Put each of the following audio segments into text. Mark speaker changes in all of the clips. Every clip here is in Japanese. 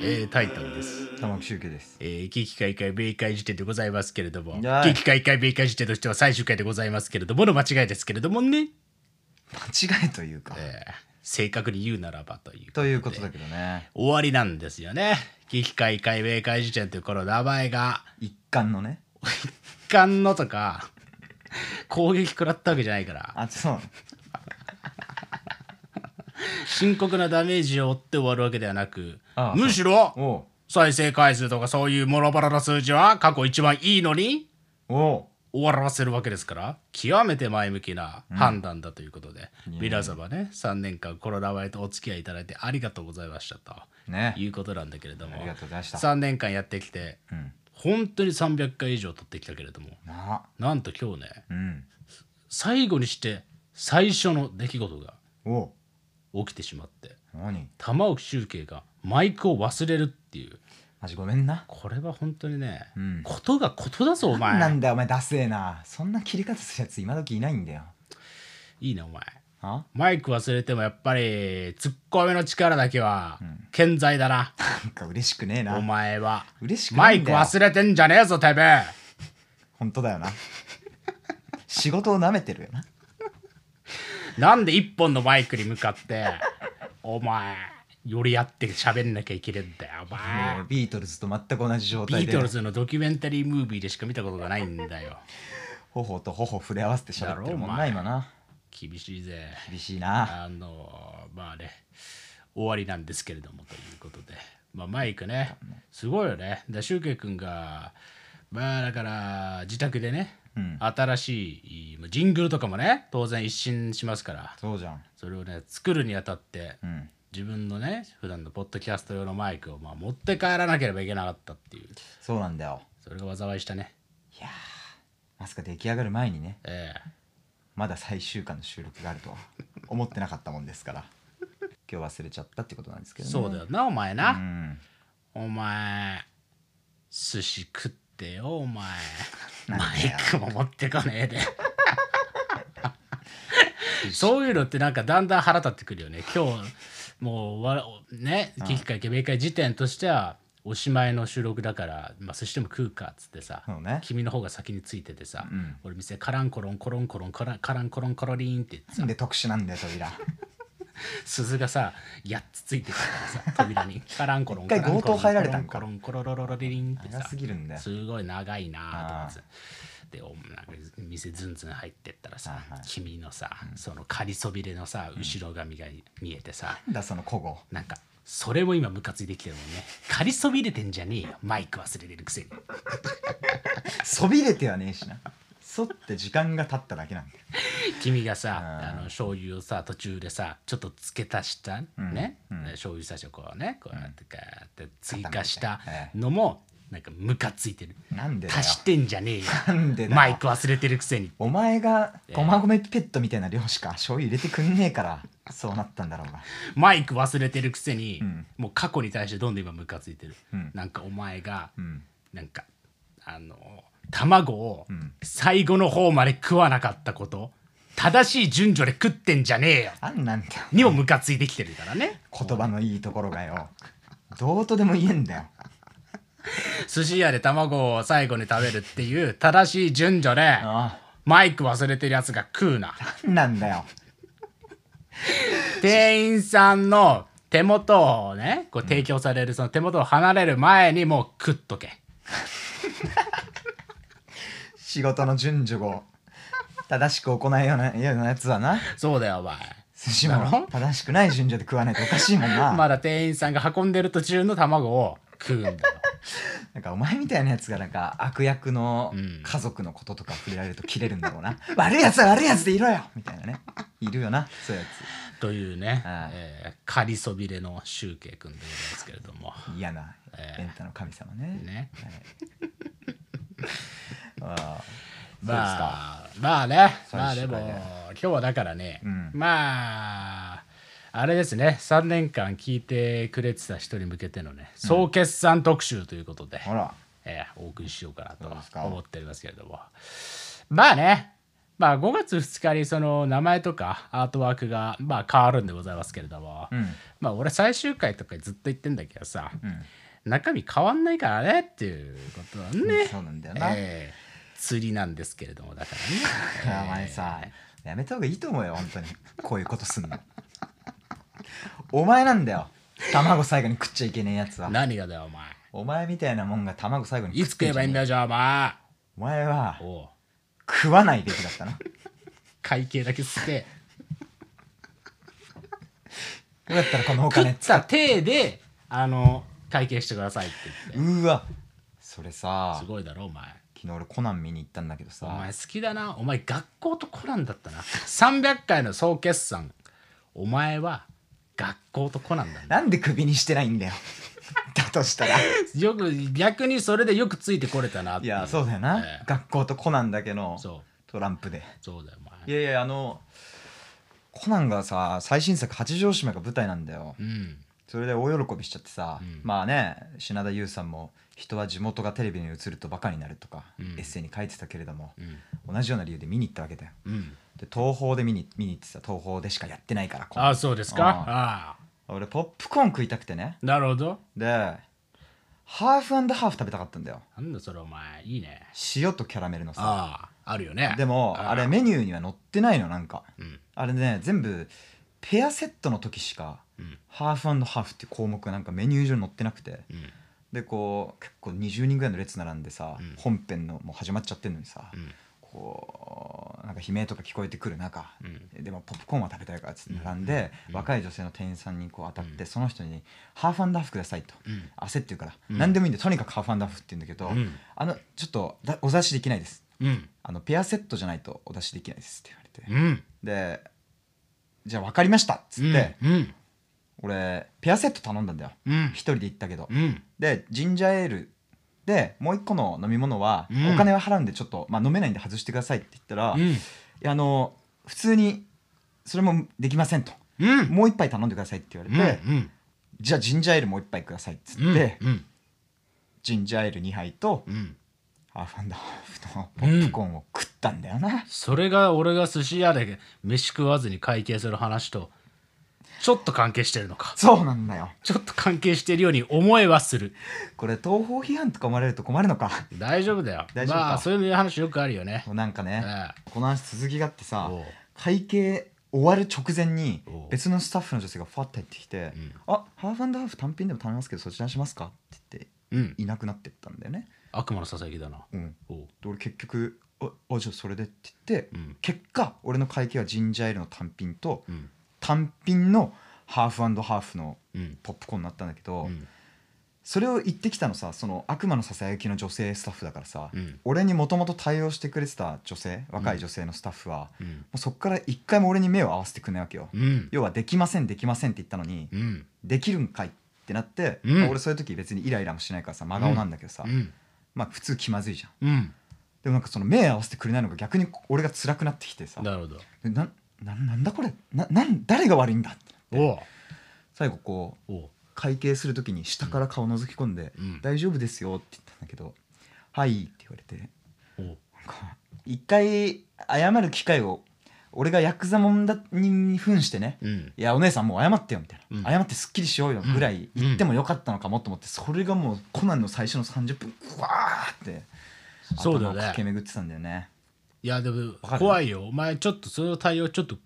Speaker 1: えー、タイタンです。
Speaker 2: 玉木周家です。
Speaker 1: えー、危機開会米会時点でございますけれども、
Speaker 2: はい
Speaker 1: 危機開会米会時点としては最終回でございますけれどもの間違いですけれどもね、
Speaker 2: 間違いというか、
Speaker 1: えー正確に言うならばという
Speaker 2: ということだけどね。
Speaker 1: 終わりなんですよね。危機開会米会時点というこの名前が
Speaker 2: 一貫のね。
Speaker 1: 一貫のとか攻撃食らったわけじゃないから
Speaker 2: あ、そう。
Speaker 1: 深刻なダメージを負って終わるわけではなく
Speaker 2: ああ
Speaker 1: むしろ
Speaker 2: お
Speaker 1: 再生回数とかそういうモロバラの数字は過去一番いいのに
Speaker 2: うお
Speaker 1: 終わらせるわけですから極めて前向きな判断だということで、皆様ね3年間コロナ前とお付き合いいただいてありがとうございましたと
Speaker 2: う。ね。
Speaker 1: いうことなんだけれども
Speaker 2: ありがとうございました
Speaker 1: 3年間やってきて、
Speaker 2: ん
Speaker 1: 本当に300回以上撮ってきたけれども
Speaker 2: なあ。
Speaker 1: なんと今日ね
Speaker 2: うん。
Speaker 1: 最後にして最初の出来事が
Speaker 2: おう。
Speaker 1: 起きてしまって
Speaker 2: 何
Speaker 1: 玉置周慶がマイクを忘れるっていう
Speaker 2: マジごめんな。
Speaker 1: これは本当にね、
Speaker 2: ん
Speaker 1: ことがことだぞお
Speaker 2: な
Speaker 1: 前
Speaker 2: んだよ、お前、ダセえな。そんな切り方するやつ今時いないんだよ。
Speaker 1: いいなお前
Speaker 2: あ
Speaker 1: マイク忘れてもやっぱりツッコミの力だけは健在だな、
Speaker 2: なんか嬉しくねえ
Speaker 1: お
Speaker 2: な。
Speaker 1: 前は
Speaker 2: 嬉しくね
Speaker 1: マ
Speaker 2: え
Speaker 1: イ
Speaker 2: ん
Speaker 1: ク
Speaker 2: だよ。
Speaker 1: 忘れてんじゃねえぞてめえ
Speaker 2: 本当だよな。仕事を舐めてるよな。
Speaker 1: なんで一本のマイクに向かってお前よりやって喋んなきゃいけねえんだよお前
Speaker 2: もうビートルズと全く同じ状
Speaker 1: ビ
Speaker 2: 態
Speaker 1: ー
Speaker 2: で
Speaker 1: トルズのドキュメンタリームービーでしか見たことがないんだよ
Speaker 2: 頬と頬触れ合わせて喋ってるもん
Speaker 1: だろ
Speaker 2: な今な
Speaker 1: 厳しいぜ
Speaker 2: 厳しいな
Speaker 1: あのまあね終わりなんですけれどもということで、まあ、マイクねすごいよねだシュウケイ君がまあだから自宅でね、新しいまあジングルとかもね当然一新しますから
Speaker 2: そうじゃん
Speaker 1: それをね作るにあたって、
Speaker 2: ん
Speaker 1: 自分のね普段のポッドキャスト用のマイクを、まあ、持って帰らなければいけなかったっていう
Speaker 2: そうなんだよ
Speaker 1: それが災いしたね
Speaker 2: まさか出来上がる前にね
Speaker 1: え
Speaker 2: まだ最終回の収録があるとは思ってなかったもんですから今日忘れちゃったってことなんですけ
Speaker 1: え
Speaker 2: どね
Speaker 1: そうだよなお前な、
Speaker 2: うん
Speaker 1: お前寿司食ってよお前
Speaker 2: な
Speaker 1: マ
Speaker 2: んだよ
Speaker 1: イクも持ってこねえでそういうのってなんかだんだん腹立ってくるよね今日もうわね危機会決明会時点としてはおしまいの収録だから、まあ、寿司でも食うかっつってさ、
Speaker 2: そうね
Speaker 1: 君の方が先についててさ、俺店カランコロンコロンコロンカランカランコロンコロリンって言って
Speaker 2: なんで特殊なんだよ扉
Speaker 1: 鈴がさ8つついてたからさ扉にカランコロン
Speaker 2: 一回強盗入られたん
Speaker 1: コ
Speaker 2: か
Speaker 1: ロンコロンコロロロリリンってさ
Speaker 2: 長すぎるんだよ
Speaker 1: すごい長いなと思ってさでおなんか店ずんずん入ってったらさ
Speaker 2: あはい
Speaker 1: 君のさその仮そびれのさ後ろ髪が見えてさ
Speaker 2: なんだその古語
Speaker 1: なんかそれも今ムカついてきてるもんね仮そびれてんじゃねえよマイク忘れてるくせに
Speaker 2: そびれてはねえしなそって時間が経っただけなんだよ
Speaker 1: 君がさあの醤油をさ途中でさちょっと付け足したね、醤油最初こうねこうやってガーって追加したのもなんかムカついてる
Speaker 2: なんでだよ
Speaker 1: 足してんじゃねえよ
Speaker 2: なんでだよ
Speaker 1: マイク忘れてるくせに
Speaker 2: お前が駒込ペットみたいな量しか醤油入れてくんねえからそうなったんだろうが
Speaker 1: マイク忘れてるくせに、もう過去に対してどんどん今ムカついてる、なんかお前が、なんかあの卵を最後の方まで食わなかったこと正しい順序で食ってんじゃねえよ
Speaker 2: なんなんだよ
Speaker 1: にもムカついてきてるからね
Speaker 2: 言葉のいいところがよどうとでも言えんだよ
Speaker 1: 寿司屋で卵を最後に食べるっていう正しい順序で
Speaker 2: あ
Speaker 1: マイク忘れてるやつが食うな
Speaker 2: あなんだよ
Speaker 1: 店員さんの手元をねこう提供されるその手元を離れる前にもう食っとけ
Speaker 2: 仕事の順序を正しく行えようなようなやつはな
Speaker 1: そうだよお前
Speaker 2: 寿司も正しくない順序で食わないとおかしいもん な、
Speaker 1: まだ店員さんが運んでる途中の卵を食うんだよ
Speaker 2: なんかお前みたいなやつがなんか悪役の家族のこととか触れられると切れるんだろうな、悪いやつは悪いやつでいろよみたいなねいるよなそういうや
Speaker 1: というね、
Speaker 2: はい
Speaker 1: えー仮そびれの集計君でございますけれども
Speaker 2: つ嫌なエンタの神様ね
Speaker 1: ね
Speaker 2: あ
Speaker 1: まあ、まあね、まあ
Speaker 2: 最
Speaker 1: で
Speaker 2: 終
Speaker 1: も、
Speaker 2: 回ね
Speaker 1: 今日はだからね、
Speaker 2: ん
Speaker 1: まあ、あれですね、3年間聞いてくれてた人に向けてのね、総決算特集ということで、
Speaker 2: あほら
Speaker 1: えーお送りしようかな
Speaker 2: そうです
Speaker 1: と
Speaker 2: か
Speaker 1: 思っておりますけれども、まあね、まあ5月2日にその名前とかアートワークがまあ変わるんでございますけれども、
Speaker 2: うん
Speaker 1: まあ俺最終回とかずっと言ってんだけどさ、
Speaker 2: うん
Speaker 1: 中身変わんないからねっていうことだね。
Speaker 2: そうなんだよな、
Speaker 1: ええ釣りなんですけれどもだからね。
Speaker 2: お前さやめた方がいいと思うよ本当にこういうことすんのお前なんだよ卵最後に食っちゃいけねえやつは
Speaker 1: 何がだよお前。
Speaker 2: お前みたいなもんが卵最後に
Speaker 1: いつ食
Speaker 2: っ
Speaker 1: え
Speaker 2: ちゃ
Speaker 1: ばいいんだよじゃあお前。
Speaker 2: お前は
Speaker 1: おう
Speaker 2: 食わないべきだったな
Speaker 1: 会計だけ捨て
Speaker 2: よかったらこのお
Speaker 1: 食
Speaker 2: 金
Speaker 1: っ
Speaker 2: 使
Speaker 1: た
Speaker 2: って
Speaker 1: 手であの会計してくださいって言って。
Speaker 2: うわそれさ
Speaker 1: すごいだろお前。
Speaker 2: 昨日俺コナン見に行ったんだけど
Speaker 1: お
Speaker 2: さ
Speaker 1: 前好きだなお前学校とコナンだったな300回の総決算お前は学校とコナンだな
Speaker 2: なんでクビにしてないんだ よだとしたら
Speaker 1: よく逆にそれでよくついてこれたなって
Speaker 2: い
Speaker 1: い
Speaker 2: やそうだよな、
Speaker 1: ええ
Speaker 2: 学校とコナンだけの
Speaker 1: そう
Speaker 2: トランプで
Speaker 1: そうだよお
Speaker 2: い
Speaker 1: 前
Speaker 2: やいやあのコナンがさ最新作「八丈島」が舞台なんだよ
Speaker 1: うん
Speaker 2: それで大喜びしちゃってさ、
Speaker 1: うん
Speaker 2: まあね品田優さんも「人は地元がテレビに映るとバカになる」とか、
Speaker 1: うん
Speaker 2: エッセイに書いてたけれども
Speaker 1: うん
Speaker 2: 同じような理由で見に行ったわけだよ
Speaker 1: うん
Speaker 2: で東宝で見に見に行ってさ東宝でしかやってないからコナン
Speaker 1: ああそうですか
Speaker 2: あ
Speaker 1: ああ
Speaker 2: 俺ポップコーン食いたくてね
Speaker 1: なるほど
Speaker 2: でハーフハーフ食べたかったんだよ
Speaker 1: なんだそれお前いいね
Speaker 2: 塩とキャラメルのさ
Speaker 1: あああるよね
Speaker 2: でもあれメニューには載ってないのなんか
Speaker 1: うん
Speaker 2: あれね全部ペアセットの時しか
Speaker 1: うん
Speaker 2: ハーフハーフって項目がなんかメニュー上に載ってなくて
Speaker 1: うん
Speaker 2: でこう結構20人ぐらいの列並んでさ、
Speaker 1: うん
Speaker 2: 本編のもう始まっちゃってるのにさ、
Speaker 1: うん
Speaker 2: こうなんか悲鳴とか聞こえてくる中、
Speaker 1: うん
Speaker 2: でもポップコーンは食べたいからっつって並んで、
Speaker 1: うん
Speaker 2: 若い女性の店員さんにこう当たって、
Speaker 1: うん
Speaker 2: その人に「ハーフハーフください」と。
Speaker 1: うん
Speaker 2: 焦ってるから、
Speaker 1: うん
Speaker 2: 何でもいいんでとにかくハーフハーフって言うんだけど、
Speaker 1: うん
Speaker 2: あのちょっとだお出しできないです
Speaker 1: うん
Speaker 2: あのペアセットじゃないとお出しできないですって言
Speaker 1: う
Speaker 2: わ
Speaker 1: ん
Speaker 2: れてでじゃあ分かりましたっつって、
Speaker 1: うん
Speaker 2: 俺ペアセット頼んだんだよ
Speaker 1: うん
Speaker 2: 一人で行ったけど、
Speaker 1: うん
Speaker 2: でジンジャーエールでもう一個の飲み物は、
Speaker 1: うん
Speaker 2: お金は払うんでちょっと、まあ、飲めないんで外してくださいって言ったら、
Speaker 1: う
Speaker 2: い
Speaker 1: ん
Speaker 2: やあの普通にそれもできませんと、
Speaker 1: うん
Speaker 2: もう一杯頼んでくださいって言われて、
Speaker 1: うん
Speaker 2: じゃあジンジャーエールもう一杯くださいっつって、
Speaker 1: うんうん
Speaker 2: ジンジャーエール2杯と
Speaker 1: うん
Speaker 2: ハーフハーフのポップコーンを食ったんだよな、
Speaker 1: それが俺が寿司屋で飯食わずに会計する話とちょっと関係してるのか
Speaker 2: そうなんだよ
Speaker 1: ちょっと関係してるように思えはする
Speaker 2: これ東宝批判とか思われると困るのか
Speaker 1: 大丈夫だよ
Speaker 2: 大丈夫か
Speaker 1: まあそういう話よくあるよね
Speaker 2: もうなんかね、
Speaker 1: ええ
Speaker 2: この話続きがあってさ
Speaker 1: おう
Speaker 2: 会計終わる直前に
Speaker 1: おう
Speaker 2: 別のスタッフの女性がファッて入ってきて
Speaker 1: うん
Speaker 2: 「あハーフハーフ単品でも頼みますけどそちらにしますか?」って言って
Speaker 1: うん
Speaker 2: いなくなってったんだよね、
Speaker 1: 悪魔のささやきだな
Speaker 2: うん、
Speaker 1: おう
Speaker 2: で俺結局「ああじゃあそれで」って言って、
Speaker 1: うん
Speaker 2: 結果俺の会計はジンジャーエールの単品と
Speaker 1: うん
Speaker 2: 単品のハーフハーフの
Speaker 1: うん
Speaker 2: ポップコーンになったんだけど、
Speaker 1: うん
Speaker 2: それを言ってきたのさその悪魔のささやきの女性スタッフだからさ、
Speaker 1: うん
Speaker 2: 俺にもともと対応してくれてた女性若い女性のスタッフは、も
Speaker 1: うん
Speaker 2: うそっから一回も俺に目を合わせてくれないわけよ、
Speaker 1: うん
Speaker 2: 要はできませんできませんって言ったのに、
Speaker 1: うん
Speaker 2: できるんかいってなって、
Speaker 1: うん
Speaker 2: まあ俺そういう時別にイライラもしないからさ真顔なんだけどさ、
Speaker 1: うん
Speaker 2: まあ普通気まずいじゃん
Speaker 1: うん
Speaker 2: でもなんかその目合わせてくれないのが逆に俺が辛くなってきてさ
Speaker 1: なるほど
Speaker 2: でなななんだこれななん誰が悪いんだって
Speaker 1: おう
Speaker 2: 最後こう
Speaker 1: おう
Speaker 2: 会計する時に下から顔覗き込んで「
Speaker 1: うん
Speaker 2: 大丈夫ですよ」って言ったんだけど「はい」って言われて
Speaker 1: おう
Speaker 2: なんか一回謝る機会を俺がヤクザもんだに扮してね
Speaker 1: うん
Speaker 2: いやお姉さんもう謝ってよみたいな、
Speaker 1: う
Speaker 2: 謝ってすっきりしようよぐらい言ってもよかったのかもと思ってそれがもうコナンの最初の30分うわーって
Speaker 1: そうだよ
Speaker 2: 頭を
Speaker 1: ね
Speaker 2: 駆け巡ってたんだよね
Speaker 1: いやでも
Speaker 2: わかる
Speaker 1: 怖いよお前ちょっとその対応ちょっと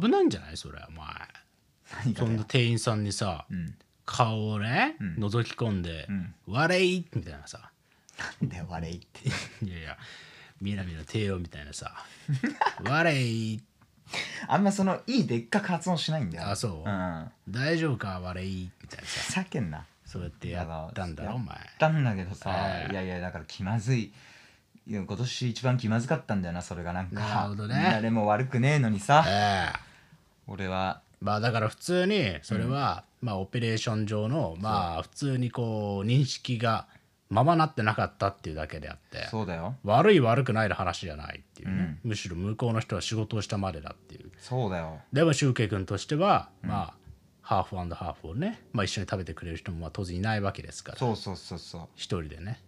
Speaker 1: 危ないんじゃないそれお前
Speaker 2: 何か
Speaker 1: そ
Speaker 2: だ
Speaker 1: ん
Speaker 2: よ
Speaker 1: な、店員さんにさ
Speaker 2: うん、
Speaker 1: 顔をね、
Speaker 2: うん
Speaker 1: 覗き込んで
Speaker 2: うん
Speaker 1: 「悪い!」みたいなさ
Speaker 2: なんだよ悪いって
Speaker 1: 「いやいやみなみな帝王」みたいな さ「悪い
Speaker 2: あんまその「いい」でっかく発音しないんだよ
Speaker 1: あそう
Speaker 2: うん
Speaker 1: 大丈夫か悪い」みたいなさ
Speaker 2: ふざけんな
Speaker 1: そうやってやったんだろお前
Speaker 2: やったんだけどさ、
Speaker 1: ええ
Speaker 2: いやいやだから気まずいいや今年一番気まずかったんだよなそれがなんか
Speaker 1: なるほどね
Speaker 2: 誰も悪くねえのにさ
Speaker 1: ええ
Speaker 2: 俺は
Speaker 1: まあだから普通にそれは、まあオペレーション上のまあ普通にこう認識がままなってなかったっていうだけであって
Speaker 2: そうだよ
Speaker 1: 悪い悪くないの話じゃないっていうね、むしろ向こうの人は仕事をしたまでだっていう
Speaker 2: そうだよ
Speaker 1: でもシュウケイ君としては、まあハーフハーフをね、まあ、一緒に食べてくれる人もまあ当然いないわけですから
Speaker 2: そうそうそうそう
Speaker 1: 一人でね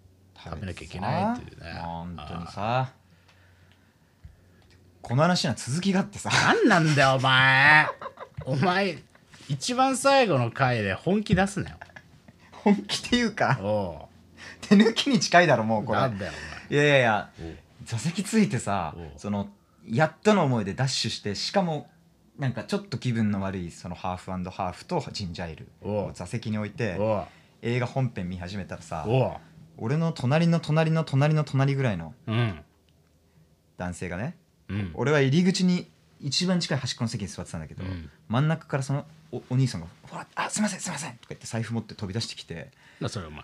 Speaker 1: 食べなきゃいけ
Speaker 2: さ
Speaker 1: ないっていうね
Speaker 2: 本当にさこの話には続きがあってさ
Speaker 1: 何なんだよお 前お前一番最後の回で本気出すなよ
Speaker 2: 本気っていうか
Speaker 1: お
Speaker 2: 手抜きに近いだろもう
Speaker 1: う
Speaker 2: これ
Speaker 1: なんだよ
Speaker 2: いやいやいや
Speaker 1: お前
Speaker 2: 座席ついてさ
Speaker 1: おう
Speaker 2: そのやっとの思いでダッシュしてしかもなんかちょっと気分の悪いそのハーフハーフとジンジャーエール
Speaker 1: おう
Speaker 2: を座席に置いて
Speaker 1: おう
Speaker 2: 映画本編見始めたらさ
Speaker 1: おう
Speaker 2: 俺の隣の隣の隣の隣ぐらいの
Speaker 1: うん
Speaker 2: 男性がね
Speaker 1: うん
Speaker 2: 俺は入り口に一番近い端っこの席に座ってたんだけど、
Speaker 1: うん
Speaker 2: 真ん中からそのおお兄さんが「ほらあすいませんすいません」とか言って財布持って飛び出してきて、
Speaker 1: なそれお前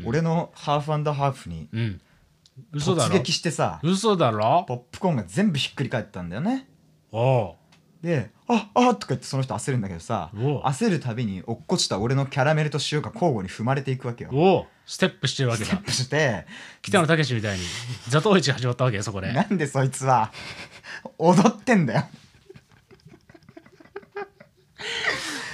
Speaker 1: うん
Speaker 2: 俺のハーフハーフに
Speaker 1: うん嘘だ
Speaker 2: 突
Speaker 1: ろ
Speaker 2: 撃してさ
Speaker 1: 嘘だろ
Speaker 2: ポップコーンが全部ひっくり返ったんだよね。
Speaker 1: おう
Speaker 2: で「ああとか言ってその人焦るんだけどさ
Speaker 1: おう
Speaker 2: 焦るたびに落っこちた俺のキャラメルと塩が交互に踏まれていくわけよ。
Speaker 1: おうステップしてるわけ
Speaker 2: ステ
Speaker 1: だ
Speaker 2: ップして
Speaker 1: 北野武みたいに座頭市始まったわけよそこで
Speaker 2: なんでそいつは踊ってんだよ。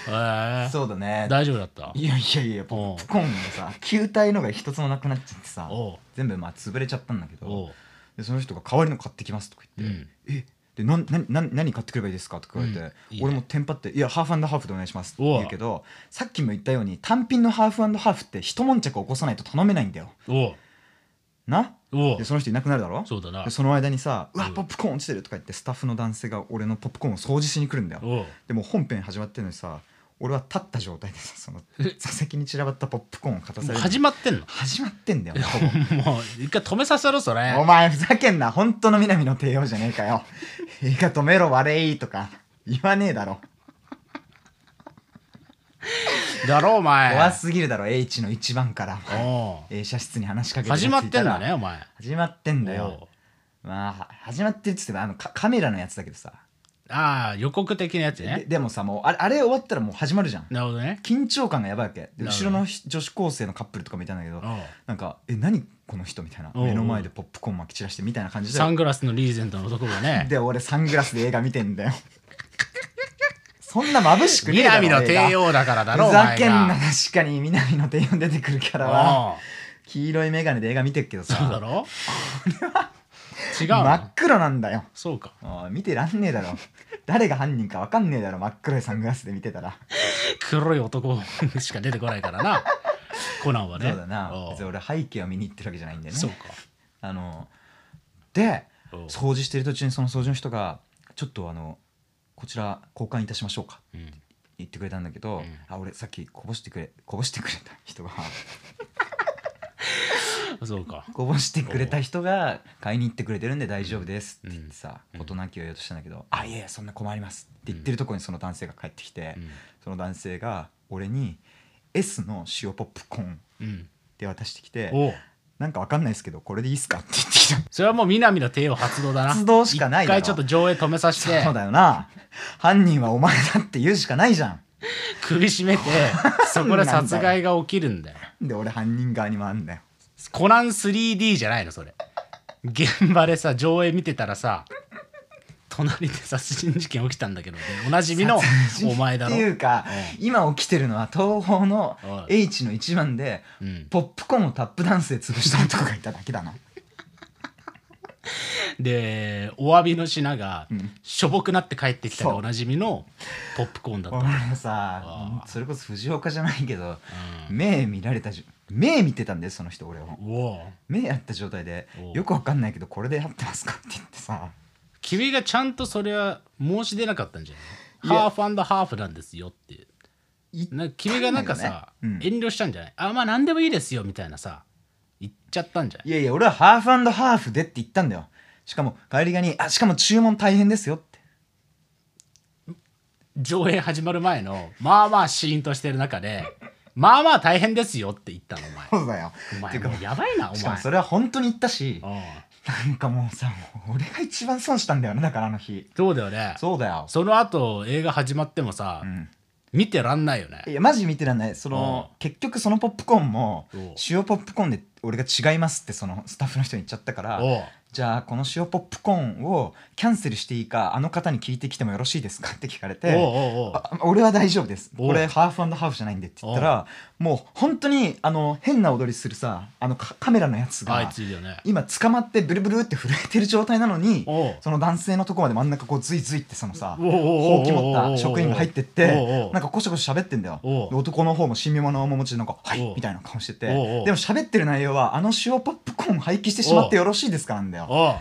Speaker 1: へえ
Speaker 2: そうだね
Speaker 1: 大丈夫だった
Speaker 2: いやいやいやポップコーンがさ球体のが一つもなくなっちゃってさ
Speaker 1: おう
Speaker 2: 全部まあ潰れちゃったんだけど
Speaker 1: おう
Speaker 2: でその人が「代わりの買ってきます」とか言って「えでなんなんなん何買ってくればいいですか?」とか言われて、
Speaker 1: うんいいね
Speaker 2: 俺もテンパって「いやハーフハーフでお願いします」って
Speaker 1: おう
Speaker 2: 言うけどさっきも言ったように単品のハーフハーフって一悶着起こさないと頼めないんだよ。
Speaker 1: おう
Speaker 2: な
Speaker 1: おう
Speaker 2: でその人いなくなるだろ
Speaker 1: そうだな
Speaker 2: でその間にさ「うわ
Speaker 1: うん
Speaker 2: ポップコーン落ちてる」とか言ってスタッフの男性が俺のポップコーンを掃除しに来るんだよ。
Speaker 1: おう
Speaker 2: でもう本編始まってるのにさ俺は立った状態でさその座席に散らばったポップコーンを片
Speaker 1: も
Speaker 2: さ
Speaker 1: う
Speaker 2: れ
Speaker 1: 始
Speaker 2: る
Speaker 1: まってんの
Speaker 2: 始まってんだよほぼ
Speaker 1: もう一回止めさせろそれ
Speaker 2: お前ふざけんな本当の南の帝王じゃねえかよ映画止めろ悪いとか言わねえだろ
Speaker 1: だろお前
Speaker 2: 怖すぎるだろ H の一番から
Speaker 1: おう
Speaker 2: A 社室に話し かけて
Speaker 1: 始まってんだ
Speaker 2: やついたら
Speaker 1: ねお前
Speaker 2: 始まってんだよ
Speaker 1: おう
Speaker 2: まあは始まってるっつってもあのカカメラのやつだけどさ
Speaker 1: ああ予告的なやつ
Speaker 2: で
Speaker 1: ね
Speaker 2: でもさもうあれあれ終わったらもう始まるじゃん
Speaker 1: なるほどね
Speaker 2: 緊張感がやばいわけで
Speaker 1: なるほ
Speaker 2: 後
Speaker 1: ど
Speaker 2: ろのひ女子高生のカップルとかもいたんだけど
Speaker 1: おう
Speaker 2: なんか「え何この人」みたいな
Speaker 1: おう
Speaker 2: 目の前でポップコーンまき散らしてみたいな感じで
Speaker 1: サングラスのリーゼントの男がね
Speaker 2: で俺サングラスで映画見てんだよそんな眩しくねえだろ
Speaker 1: 南の帝
Speaker 2: 映
Speaker 1: 王だからだ
Speaker 2: 画
Speaker 1: ろ
Speaker 2: ふ
Speaker 1: お
Speaker 2: ざ
Speaker 1: 前
Speaker 2: けんな
Speaker 1: が
Speaker 2: 確かに南の帝王出てくるキャラは
Speaker 1: おう
Speaker 2: 黄色い眼鏡で映画見てるけど
Speaker 1: そうだ
Speaker 2: さ
Speaker 1: ろ違う
Speaker 2: 真
Speaker 1: の
Speaker 2: っ黒なんだよ
Speaker 1: そうか
Speaker 2: おい見てらんねえだろ誰が犯人か分かんねえだろ真っ黒いサングラスで見てたら
Speaker 1: 黒い男しか出てこないからなコナンは
Speaker 2: そ
Speaker 1: ね
Speaker 2: うだな
Speaker 1: おう
Speaker 2: 別に俺背景を見に行ってるわけじゃないんだよ
Speaker 1: そう
Speaker 2: ね
Speaker 1: か
Speaker 2: あので
Speaker 1: おう
Speaker 2: 掃除してる途中にその掃除の人が「ちょっとあのこちら交換いたしましょうか」
Speaker 1: うん
Speaker 2: 言ってくれたんだけど、
Speaker 1: うん
Speaker 2: あ俺さっきこぼしてくれこぼしてくれた人が
Speaker 1: そうか
Speaker 2: こぼしてくれた人が買いに行ってくれてるんで大丈夫ですって言ってさ
Speaker 1: うん
Speaker 2: 事なきを言おうとしたんだけど「あいえいえそんな困ります」って言ってるとこにその男性が帰ってきて、
Speaker 1: うん
Speaker 2: その男性が俺に S の塩ポップコーン
Speaker 1: うん
Speaker 2: で渡してきて
Speaker 1: おう
Speaker 2: 「なんかわかんないですけどこれでいいっすか?」って言ってきた
Speaker 1: それはもう南の帝王発動だな
Speaker 2: 発動しかない
Speaker 1: 一
Speaker 2: だろ
Speaker 1: 回ちょっと上映止めさせて
Speaker 2: そうだよな犯人はお前だって言うしかないじゃん
Speaker 1: 首絞 めてそこで殺害が起きるんだよ
Speaker 2: で俺犯人側にもあんだよ
Speaker 1: コナン 3D じゃないのそれ現場でさ上映見てたらさ隣で殺人事件起きたんだけどおなじみのお前だろ
Speaker 2: っていうか、今起きてるのは東宝の
Speaker 1: お
Speaker 2: H の一番で、
Speaker 1: うん
Speaker 2: ポップコーンをタップダンスで潰した男がいただけだな
Speaker 1: でお詫びの品が
Speaker 2: うん
Speaker 1: しょぼくなって帰ってきたで
Speaker 2: そう
Speaker 1: おなじみのポップコーンだった、
Speaker 2: 俺
Speaker 1: あ
Speaker 2: さ
Speaker 1: ー
Speaker 2: それこそ藤岡じゃないけど、目見られたじ目見てたんですその人俺を
Speaker 1: うん、おお
Speaker 2: 目あった状態で
Speaker 1: おう
Speaker 2: よくわかんないけどこれでやってますかって言ってさ
Speaker 1: 君がちゃんとそれは申し出なかったんじゃない
Speaker 2: いや
Speaker 1: ハーフハーフなんですよっていう
Speaker 2: い
Speaker 1: なんか君がなんかさ、
Speaker 2: 言ったんだよね
Speaker 1: 遠慮したんじゃないあまあ何でもいいですよみたいなさ言っちゃったんじゃない
Speaker 2: いやいや俺はハーフハーフでって言ったんだよしかも帰りがにあしかも注文大変ですよって
Speaker 1: 上映始まる前のまあまあシーンとしてる中でまあまあ大変ですよって言ったのお
Speaker 2: そうだよ
Speaker 1: 前
Speaker 2: て
Speaker 1: お
Speaker 2: か
Speaker 1: 前もうやばいなお
Speaker 2: しかも
Speaker 1: 前
Speaker 2: それは本当に言ったし
Speaker 1: うん
Speaker 2: なんかもうさもう俺が一番損したんだよねだからあの日
Speaker 1: そうだよねそ
Speaker 2: そうだよ、
Speaker 1: の後映画始まってもさ、
Speaker 2: うん、
Speaker 1: 見てらんないよね
Speaker 2: いやマジ見てらんないその
Speaker 1: う
Speaker 2: 結局そのポップコーンも
Speaker 1: おう
Speaker 2: 塩ポップコーンで俺が違いますってそのスタッフの人に言っちゃったから
Speaker 1: おう
Speaker 2: じゃあこの塩ポップコーンをキャンセルしていいかあの方に聞いてきてもよろしいですかって聞かれて
Speaker 1: おうおうおう
Speaker 2: あ俺は大丈夫です
Speaker 1: お
Speaker 2: 俺ハーフハーフじゃないんでって言ったらもう本当にあの変な踊りするさあのカカメラのやつ
Speaker 1: あい
Speaker 2: が
Speaker 1: ついるよね
Speaker 2: 今捕まってブルブルって震えてる状態なのに
Speaker 1: おう
Speaker 2: その男性のとこまで真ん中こうズイズイってそのさ
Speaker 1: おうおうおうおう
Speaker 2: ほうき持った職員が入ってって
Speaker 1: おうおう
Speaker 2: なんかこしょこしょ喋ってんだよ
Speaker 1: おう
Speaker 2: で男の方も神妙な面持ちでなんか「
Speaker 1: お」
Speaker 2: はいうみたいな顔しててで
Speaker 1: おうおう
Speaker 2: も喋ってる内容は「あの塩ポップコーン廃棄してしまってよろしいですか?」なんだよ
Speaker 1: お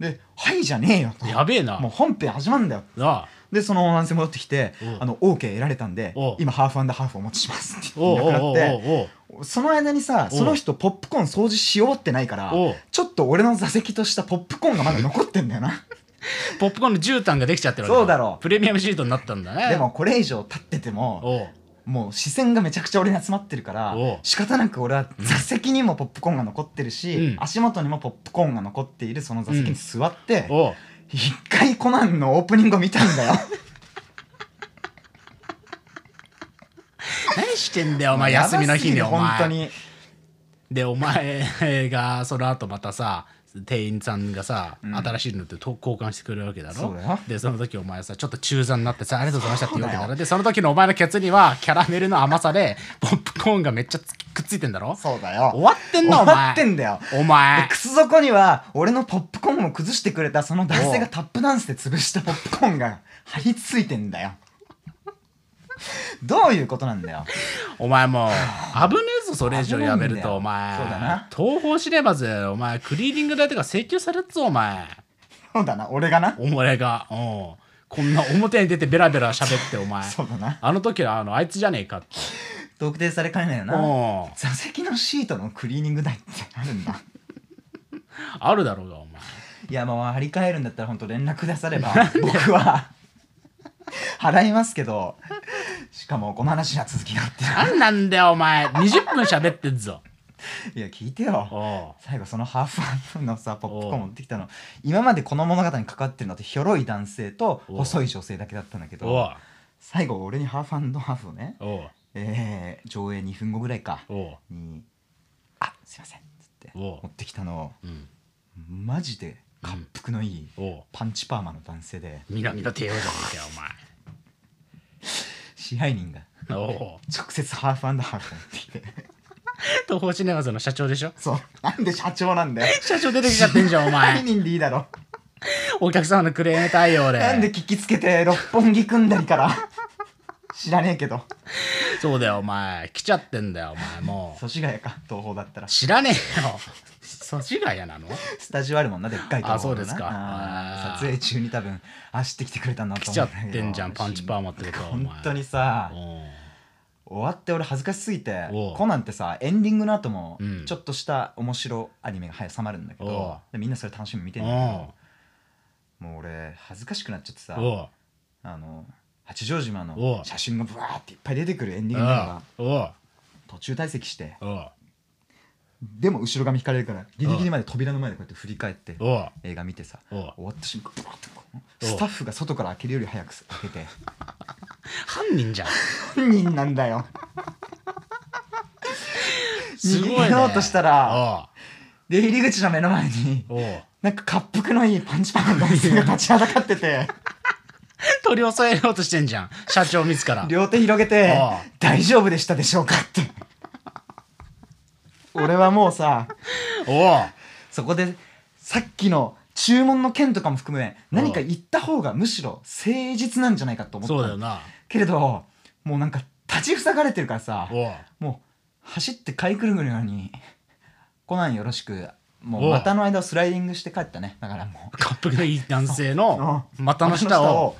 Speaker 2: で「はい」じゃねえよと
Speaker 1: う やべえな
Speaker 2: もう本編始まるんだよ
Speaker 1: なあ
Speaker 2: でその男性戻ってきて
Speaker 1: うん
Speaker 2: 「あの OK 得られたんで
Speaker 1: おう
Speaker 2: 今ハーフハーフお持ちします」って言
Speaker 1: お
Speaker 2: っ
Speaker 1: う
Speaker 2: てい
Speaker 1: おう
Speaker 2: なくな
Speaker 1: おう
Speaker 2: って
Speaker 1: おう
Speaker 2: その間にさ
Speaker 1: おう
Speaker 2: その人ポップコーン掃除し終わってないから
Speaker 1: おう
Speaker 2: ちょっと俺の座席としたポップコーンがまだ残ってんだよな
Speaker 1: ポップコーンの絨毯ができちゃってるわけ
Speaker 2: そうだろう
Speaker 1: プレミアムシートになったんだね
Speaker 2: でもこれ以上立ってても
Speaker 1: おう
Speaker 2: もう視線がめちゃくちゃ俺に集まってるから
Speaker 1: おう
Speaker 2: 仕方なく俺は座席にもポップコーンが残ってるし、
Speaker 1: うん
Speaker 2: 足元にもポップコーンが残っているその座席に座って、
Speaker 1: おう
Speaker 2: 一回コナンのオープニングを見たんだよ
Speaker 1: 何してん だよお前休みの日に
Speaker 2: や
Speaker 1: お
Speaker 2: ばすぎる本当
Speaker 1: 前
Speaker 2: に
Speaker 1: でお前がその後またさ店員さんがさ、
Speaker 2: うん
Speaker 1: 新しいのってと交換してくれるわけだろ
Speaker 2: そうだよ
Speaker 1: でその時お前さちょっと中座になってさありがとうございましたって言うわけだ
Speaker 2: そう
Speaker 1: ろでその時のお前のケツにはキャラメルの甘さでポップコーンがめっちゃつくっついてんだろ
Speaker 2: そうだよ
Speaker 1: 終わってんなお前
Speaker 2: 終わってんだよ
Speaker 1: お前
Speaker 2: で靴底には俺のポップコーンを崩してくれたその男性がタップダンスで潰したポップコーンが張り付いてんだよどういうことなん だよ
Speaker 1: お前もう 危ねえぞそれ以上やめる
Speaker 2: 危ねえんだ
Speaker 1: と
Speaker 2: よ
Speaker 1: お前
Speaker 2: そうだな
Speaker 1: 東宝シネマズお前クリーニング代とか請求されるぞお前
Speaker 2: そうだな俺がな
Speaker 1: お前がうんこんな表に出てベラベラ喋ってお前
Speaker 2: そうだな
Speaker 1: あの時はあのあいつじゃねえかって
Speaker 2: 特定されかねないよな
Speaker 1: うん
Speaker 2: 座席のシートのクリーニング代ってあるん だ
Speaker 1: あるだろうがお前
Speaker 2: いやまあ張り替えるんだったら本当連絡くだされば僕は払いますけどしかもこの話は続きがあって
Speaker 1: 何なんだよお前20分喋ってんぞ
Speaker 2: いや聞いてよ
Speaker 1: おう
Speaker 2: 最後そのハーフハーフのさポップコーン持ってきたの今までこの物語に関わってるのってひょろい男性と
Speaker 1: おう
Speaker 2: 細い女性だけだったんだ
Speaker 1: お
Speaker 2: け
Speaker 1: う
Speaker 2: ど最後俺にハーフハーフをね、
Speaker 1: おう
Speaker 2: えー上映2分後ぐらいか
Speaker 1: おう
Speaker 2: に「あすいません」っつって
Speaker 1: おう
Speaker 2: 持ってきたの
Speaker 1: うん
Speaker 2: マジで感服のいい
Speaker 1: おう
Speaker 2: パンチパーマの男性で
Speaker 1: 南の帝王じゃねえかよ
Speaker 2: 支配人が
Speaker 1: お前おう
Speaker 2: 直接ハーフハーフを持ってきて
Speaker 1: 東宝シネマズの社長でしょ
Speaker 2: そうなんで社長なんだよ
Speaker 1: 社長出てきちゃってんじゃんお
Speaker 2: 支配
Speaker 1: 前
Speaker 2: 人でいいだろ
Speaker 1: お客様のクレーム対応で
Speaker 2: なんで聞きつけて六本木組んだりから知らねえけど
Speaker 1: そうだよお前来ちゃってんだよお前もう
Speaker 2: 祖師ヶ谷か東宝だったら
Speaker 1: 知らねえよそちがやなの
Speaker 2: スタジオあるもんなでっかいとこ
Speaker 1: あそうですかあー
Speaker 2: 撮影中に多分走ってきてくれたんだ
Speaker 1: 来
Speaker 2: と
Speaker 1: ち
Speaker 2: 思
Speaker 1: ゃ
Speaker 2: う
Speaker 1: っ
Speaker 2: だけど
Speaker 1: てんじゃんパンチパーマってことはお前
Speaker 2: 本当にさ
Speaker 1: う
Speaker 2: 終わって俺恥ずかしすぎて
Speaker 1: おう
Speaker 2: コナンってさエンディングの後も
Speaker 1: うん
Speaker 2: ちょっとした面白アニメが挟まるんだけ
Speaker 1: おう
Speaker 2: どでみんなそれ楽しみに見てん
Speaker 1: ん
Speaker 2: だ
Speaker 1: お
Speaker 2: けどもう俺恥ずかしくなっちゃってさ
Speaker 1: うお
Speaker 2: あの八丈島
Speaker 1: お
Speaker 2: の
Speaker 1: う
Speaker 2: 写真がブワーっていっぱい出てくるエン
Speaker 1: う
Speaker 2: ディングが
Speaker 1: おう
Speaker 2: 途中退席して
Speaker 1: おう
Speaker 2: でも後ろ髪引かれるからギリギリまで扉の前でこうやって振り返って
Speaker 1: おう
Speaker 2: 映画見てさ
Speaker 1: おう
Speaker 2: 終わった瞬間ブワーってこう
Speaker 1: おう
Speaker 2: スタッフが外から開けるより早く 開けて
Speaker 1: 犯人じゃん
Speaker 2: 本人なんだよ
Speaker 1: すごい、ね、
Speaker 2: 逃げようとした
Speaker 1: お
Speaker 2: らで入り口の目の前に
Speaker 1: うおう
Speaker 2: なんか恰幅のいいパンチパンの男性が立ちはだかってて
Speaker 1: 取り押さえようとしてんじゃん社長自ら
Speaker 2: 両手広げて
Speaker 1: おう
Speaker 2: 「大丈夫でしたでしょうか?」って俺はもうさ
Speaker 1: おう
Speaker 2: そこでさっきの注文の件とかも含め何か言った方がむしろ誠実なんじゃないかと思っ
Speaker 1: そ
Speaker 2: た
Speaker 1: う
Speaker 2: の
Speaker 1: だよな
Speaker 2: けれどもうなんか立ち塞がれてるからさ
Speaker 1: おう
Speaker 2: もう走って買いくるぐるように「コナンよろしく」も
Speaker 1: お
Speaker 2: う
Speaker 1: う
Speaker 2: 股の間をスライディングして帰ったねだからもう
Speaker 1: カップのいい男性の股の下
Speaker 2: 股
Speaker 1: を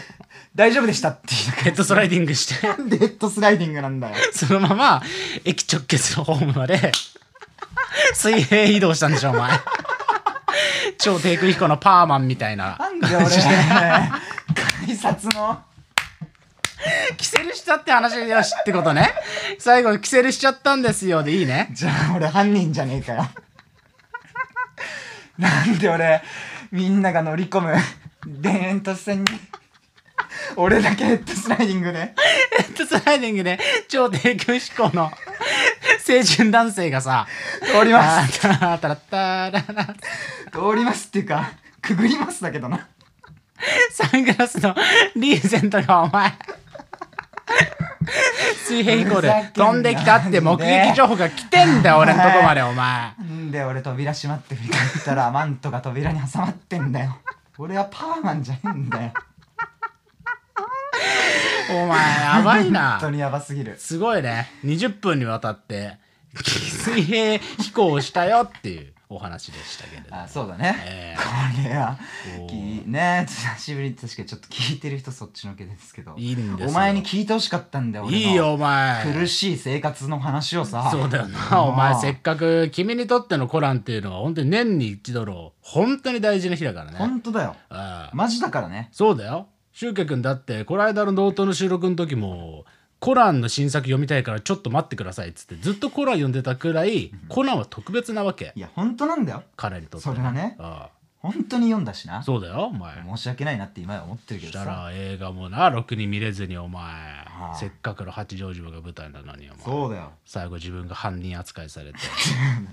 Speaker 2: 「大丈夫でした」って
Speaker 1: ヘッドスライディングして
Speaker 2: 言うなんでヘッドスライディングなんだよ
Speaker 1: そのまま駅直結のホームまで水平移動したんでしょお前超低空飛行のパーマンみたいな
Speaker 2: なんで俺 改札の
Speaker 1: キセルしちゃって話よしってことね最後キセルしちゃったんですよでいいね
Speaker 2: じゃあ俺犯人じゃねえかよ なんで俺みんなが乗り込む田園都市線に俺だけヘッドスライディングで
Speaker 1: ヘッドスライディングで超低空飛行の青春男性がさ
Speaker 2: 通ります
Speaker 1: あーたらたらたら
Speaker 2: 通りますっていうかくぐりますだけどな
Speaker 1: サングラスのリーゼントがお前水平飛行で飛んできたって目撃情報が来てんだよ俺のとこまでお前
Speaker 2: んで俺扉閉まって振り返ったらマントが扉に挟まってんだよ俺はパーマンじゃねえんだよ
Speaker 1: お前やばい
Speaker 2: 本当
Speaker 1: な
Speaker 2: にやばすぎる
Speaker 1: すごいね20分にわたって水平飛行をしたよっていうお話でしたけれど
Speaker 2: あそうだね、
Speaker 1: え
Speaker 2: これは
Speaker 1: おー
Speaker 2: きね久しぶりに確かにちょっと聞いてる人そっちのけですけど
Speaker 1: いいんですよ
Speaker 2: お前に聞いてほしかったんだよ俺の
Speaker 1: いいよお前
Speaker 2: 苦しい生活の話をさ
Speaker 1: そうだよな
Speaker 2: もう
Speaker 1: お前せっかく君にとってのコランっていうのは本当に年に一度の本当に大事な日だからね
Speaker 2: 本当だよ
Speaker 1: ああ
Speaker 2: マジだからね
Speaker 1: そうだよシュウケ君だってこの間のノートの収録の時もコランの新作読みたいからちょっと待ってくださいっつってずっとコラン読んでたくらいコランは特別なわけ
Speaker 2: いや本当なんだよ
Speaker 1: 彼にとって
Speaker 2: それはね
Speaker 1: あ
Speaker 2: 本当に読んだしな
Speaker 1: あそうだよお前
Speaker 2: 申し訳ないなって今は思ってる
Speaker 1: そし
Speaker 2: けど
Speaker 1: た
Speaker 2: さ
Speaker 1: ら映画もなろくに見れずにお前
Speaker 2: あ
Speaker 1: せっかくの八丈島が舞台なのにお前
Speaker 2: そうだよ
Speaker 1: 最後自分が犯人扱いさ れて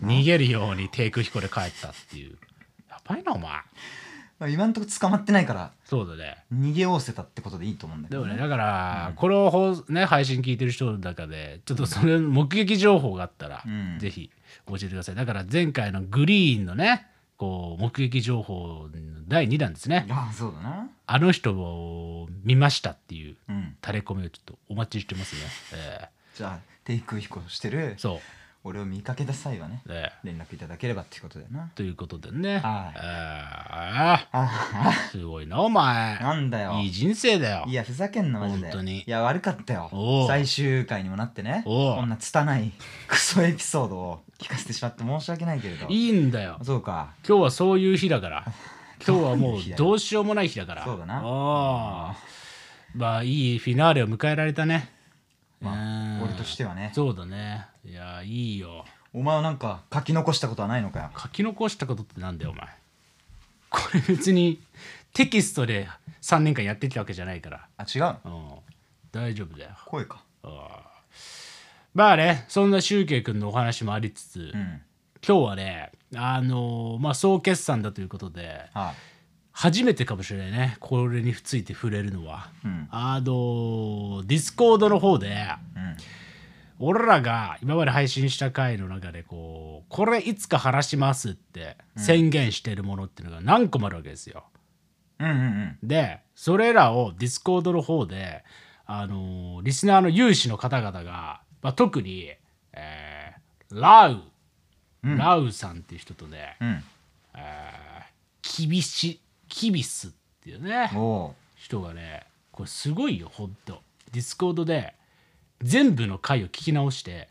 Speaker 1: 逃げるように低空飛行で帰ったっていうやばいなお前
Speaker 2: 今んとこ捕まってないから
Speaker 1: そうだね
Speaker 2: 逃げおおせたってことでいいと思うんだけ
Speaker 1: で
Speaker 2: ど
Speaker 1: もねだから、これをほうね配信聞いてる人の中でちょっとそれ目撃情報があったら、
Speaker 2: うん
Speaker 1: ぜひ教えてくださいだから前回のグリーンのねこう目撃情報の第2弾ですね
Speaker 2: ああそうだな
Speaker 1: あの人を見ましたっていう
Speaker 2: うん
Speaker 1: タレコミをちょっとお待ちしてますね、え
Speaker 2: じゃあ低空飛行してる
Speaker 1: ーそう、
Speaker 2: 俺を見かけた際はね
Speaker 1: え
Speaker 2: 連絡いただければってことだよな
Speaker 1: ーということでね、
Speaker 2: はい
Speaker 1: えーあ
Speaker 2: あ
Speaker 1: ーすごいなお前
Speaker 2: あなんだよ
Speaker 1: いい人生だよ
Speaker 2: いやふざけんなマジで
Speaker 1: 本当に
Speaker 2: いや悪かったよ
Speaker 1: おう
Speaker 2: 最終回にもなってね
Speaker 1: おう
Speaker 2: こんな拙いクソエピソードを聞かせてしまって申し訳ないけれど
Speaker 1: いいんだよ
Speaker 2: そうか
Speaker 1: 今日はそういう日だから今日はもうどうしようもない日だから
Speaker 2: そうだな
Speaker 1: あーまあいいフィナーレを迎えられたね
Speaker 2: まあ
Speaker 1: うん
Speaker 2: 俺としてはね
Speaker 1: そうだねいやいいよ
Speaker 2: お前はなんか書き残したことはないのかよ
Speaker 1: 書き残したことってなんだよお前これ別にテキストで3年間やってきたわけじゃないから、
Speaker 2: あ違う
Speaker 1: うん、大丈夫だよ
Speaker 2: 声か
Speaker 1: まあねそんなシュウケイ君のお話もありつつ、
Speaker 2: うん
Speaker 1: 今日はねあのーまあ総決算だということで
Speaker 2: はい
Speaker 1: 初めてかもしれないねこれについて触れるのは、
Speaker 2: うん
Speaker 1: あのディスコードの方で
Speaker 2: うん
Speaker 1: 俺らが今まで配信した回の中でこうこれいつか話しますって宣言してるものっていうのが何個もあるわけですよ。
Speaker 2: うんうんうん
Speaker 1: でそれらをディスコードの方であのリスナーの有志の方々が、まあ、特に、えーラウ、ラウさんっていう人とね、
Speaker 2: うん
Speaker 1: えー、厳しキビスっていうね
Speaker 2: お
Speaker 1: 人がねこれすごいよほんとディスコードで全部の回を聞き直して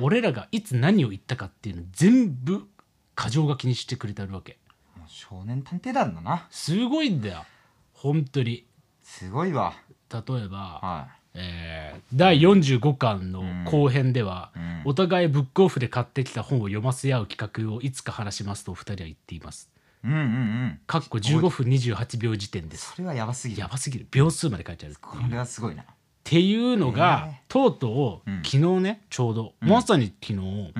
Speaker 1: 俺らがいつ何を言ったかっていうの全部過剰書きにしてくれてるわけ
Speaker 2: おもう少年探偵団だな
Speaker 1: すごいんだよ本当に
Speaker 2: すごいわ
Speaker 1: 例えば、
Speaker 2: は
Speaker 1: えー第45巻の後編では、
Speaker 2: ん
Speaker 1: お互いブックオフで買ってきた本を読ませ合う企画をいつか話しますとお二人は言っています
Speaker 2: いうんうんうん
Speaker 1: かっこ15分28秒時点です
Speaker 2: それはやばすぎる
Speaker 1: やばすぎる秒数まで書いてある
Speaker 2: これはすごいな
Speaker 1: っていうのが、
Speaker 2: ね
Speaker 1: とうとう、
Speaker 2: うん
Speaker 1: 昨日ねちょうど、まさに昨日、
Speaker 2: うん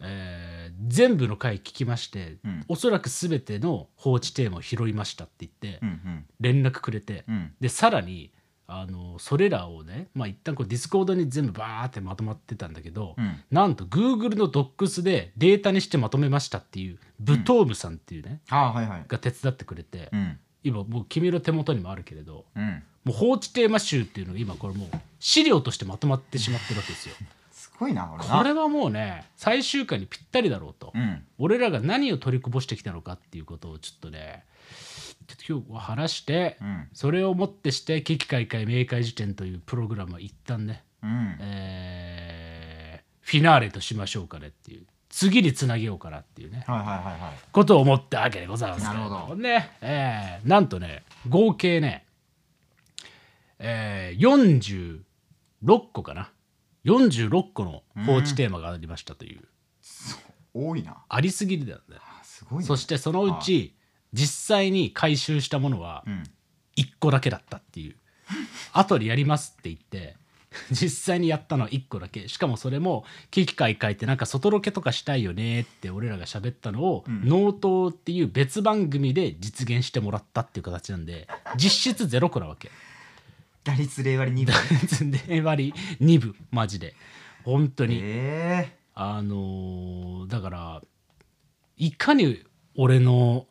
Speaker 1: えー全部の回聞きまして、
Speaker 2: うん
Speaker 1: おそらく全ての放置テーマを拾いましたって言って、
Speaker 2: うんうん
Speaker 1: 連絡くれて、
Speaker 2: うん
Speaker 1: でさらにあのそれらをね、まあ、一旦こうディスコードに全部バーってまとまってたんだけど、
Speaker 2: うん
Speaker 1: なんと Google の Docs でデータにしてまとめましたっていうブトームさんっていうね、
Speaker 2: ああはいはい
Speaker 1: が手伝ってくれて、
Speaker 2: うん
Speaker 1: 今もう君の手元にもあるけれど、
Speaker 2: うん
Speaker 1: もう放置テーマ集っていうのが今これもう資料としてまとまってしまってるわけですよ。
Speaker 2: すごいな俺な
Speaker 1: これはもうね最終回にぴったりだろうと、
Speaker 2: うん
Speaker 1: 俺らが何を取りこぼしてきたのかっていうことをちょっとねちょっと今日話して、
Speaker 2: うん
Speaker 1: それをもってして「危機開会明快辞典」というプログラムは一旦ね、
Speaker 2: うん
Speaker 1: えーフィナーレとしましょうかねっていう次につなげようかなっていうね
Speaker 2: はいはいはいはい
Speaker 1: ことを思ったわけでございますけれ
Speaker 2: なるほど
Speaker 1: ねえーなんとね合計ね、えー、46個かな46個の放置テーマがありましたという、
Speaker 2: 多いな
Speaker 1: ありすぎるだよね
Speaker 2: あすごいね
Speaker 1: そしてそのうち実際に回収したものは
Speaker 2: うん
Speaker 1: 1個だけだったっていう後でやりますって言って 実際にやったの1個だけしかもそれも機械変えてなんか外ロケとかしたいよねって俺らが喋ったのを「
Speaker 2: ん
Speaker 1: ノート」っていう別番組で実現してもらったっていう形なんで実質ゼロ個なわけ
Speaker 2: 打率0割2分
Speaker 1: で割り2部マジで本当に、
Speaker 2: え
Speaker 1: あのーだからいかに俺の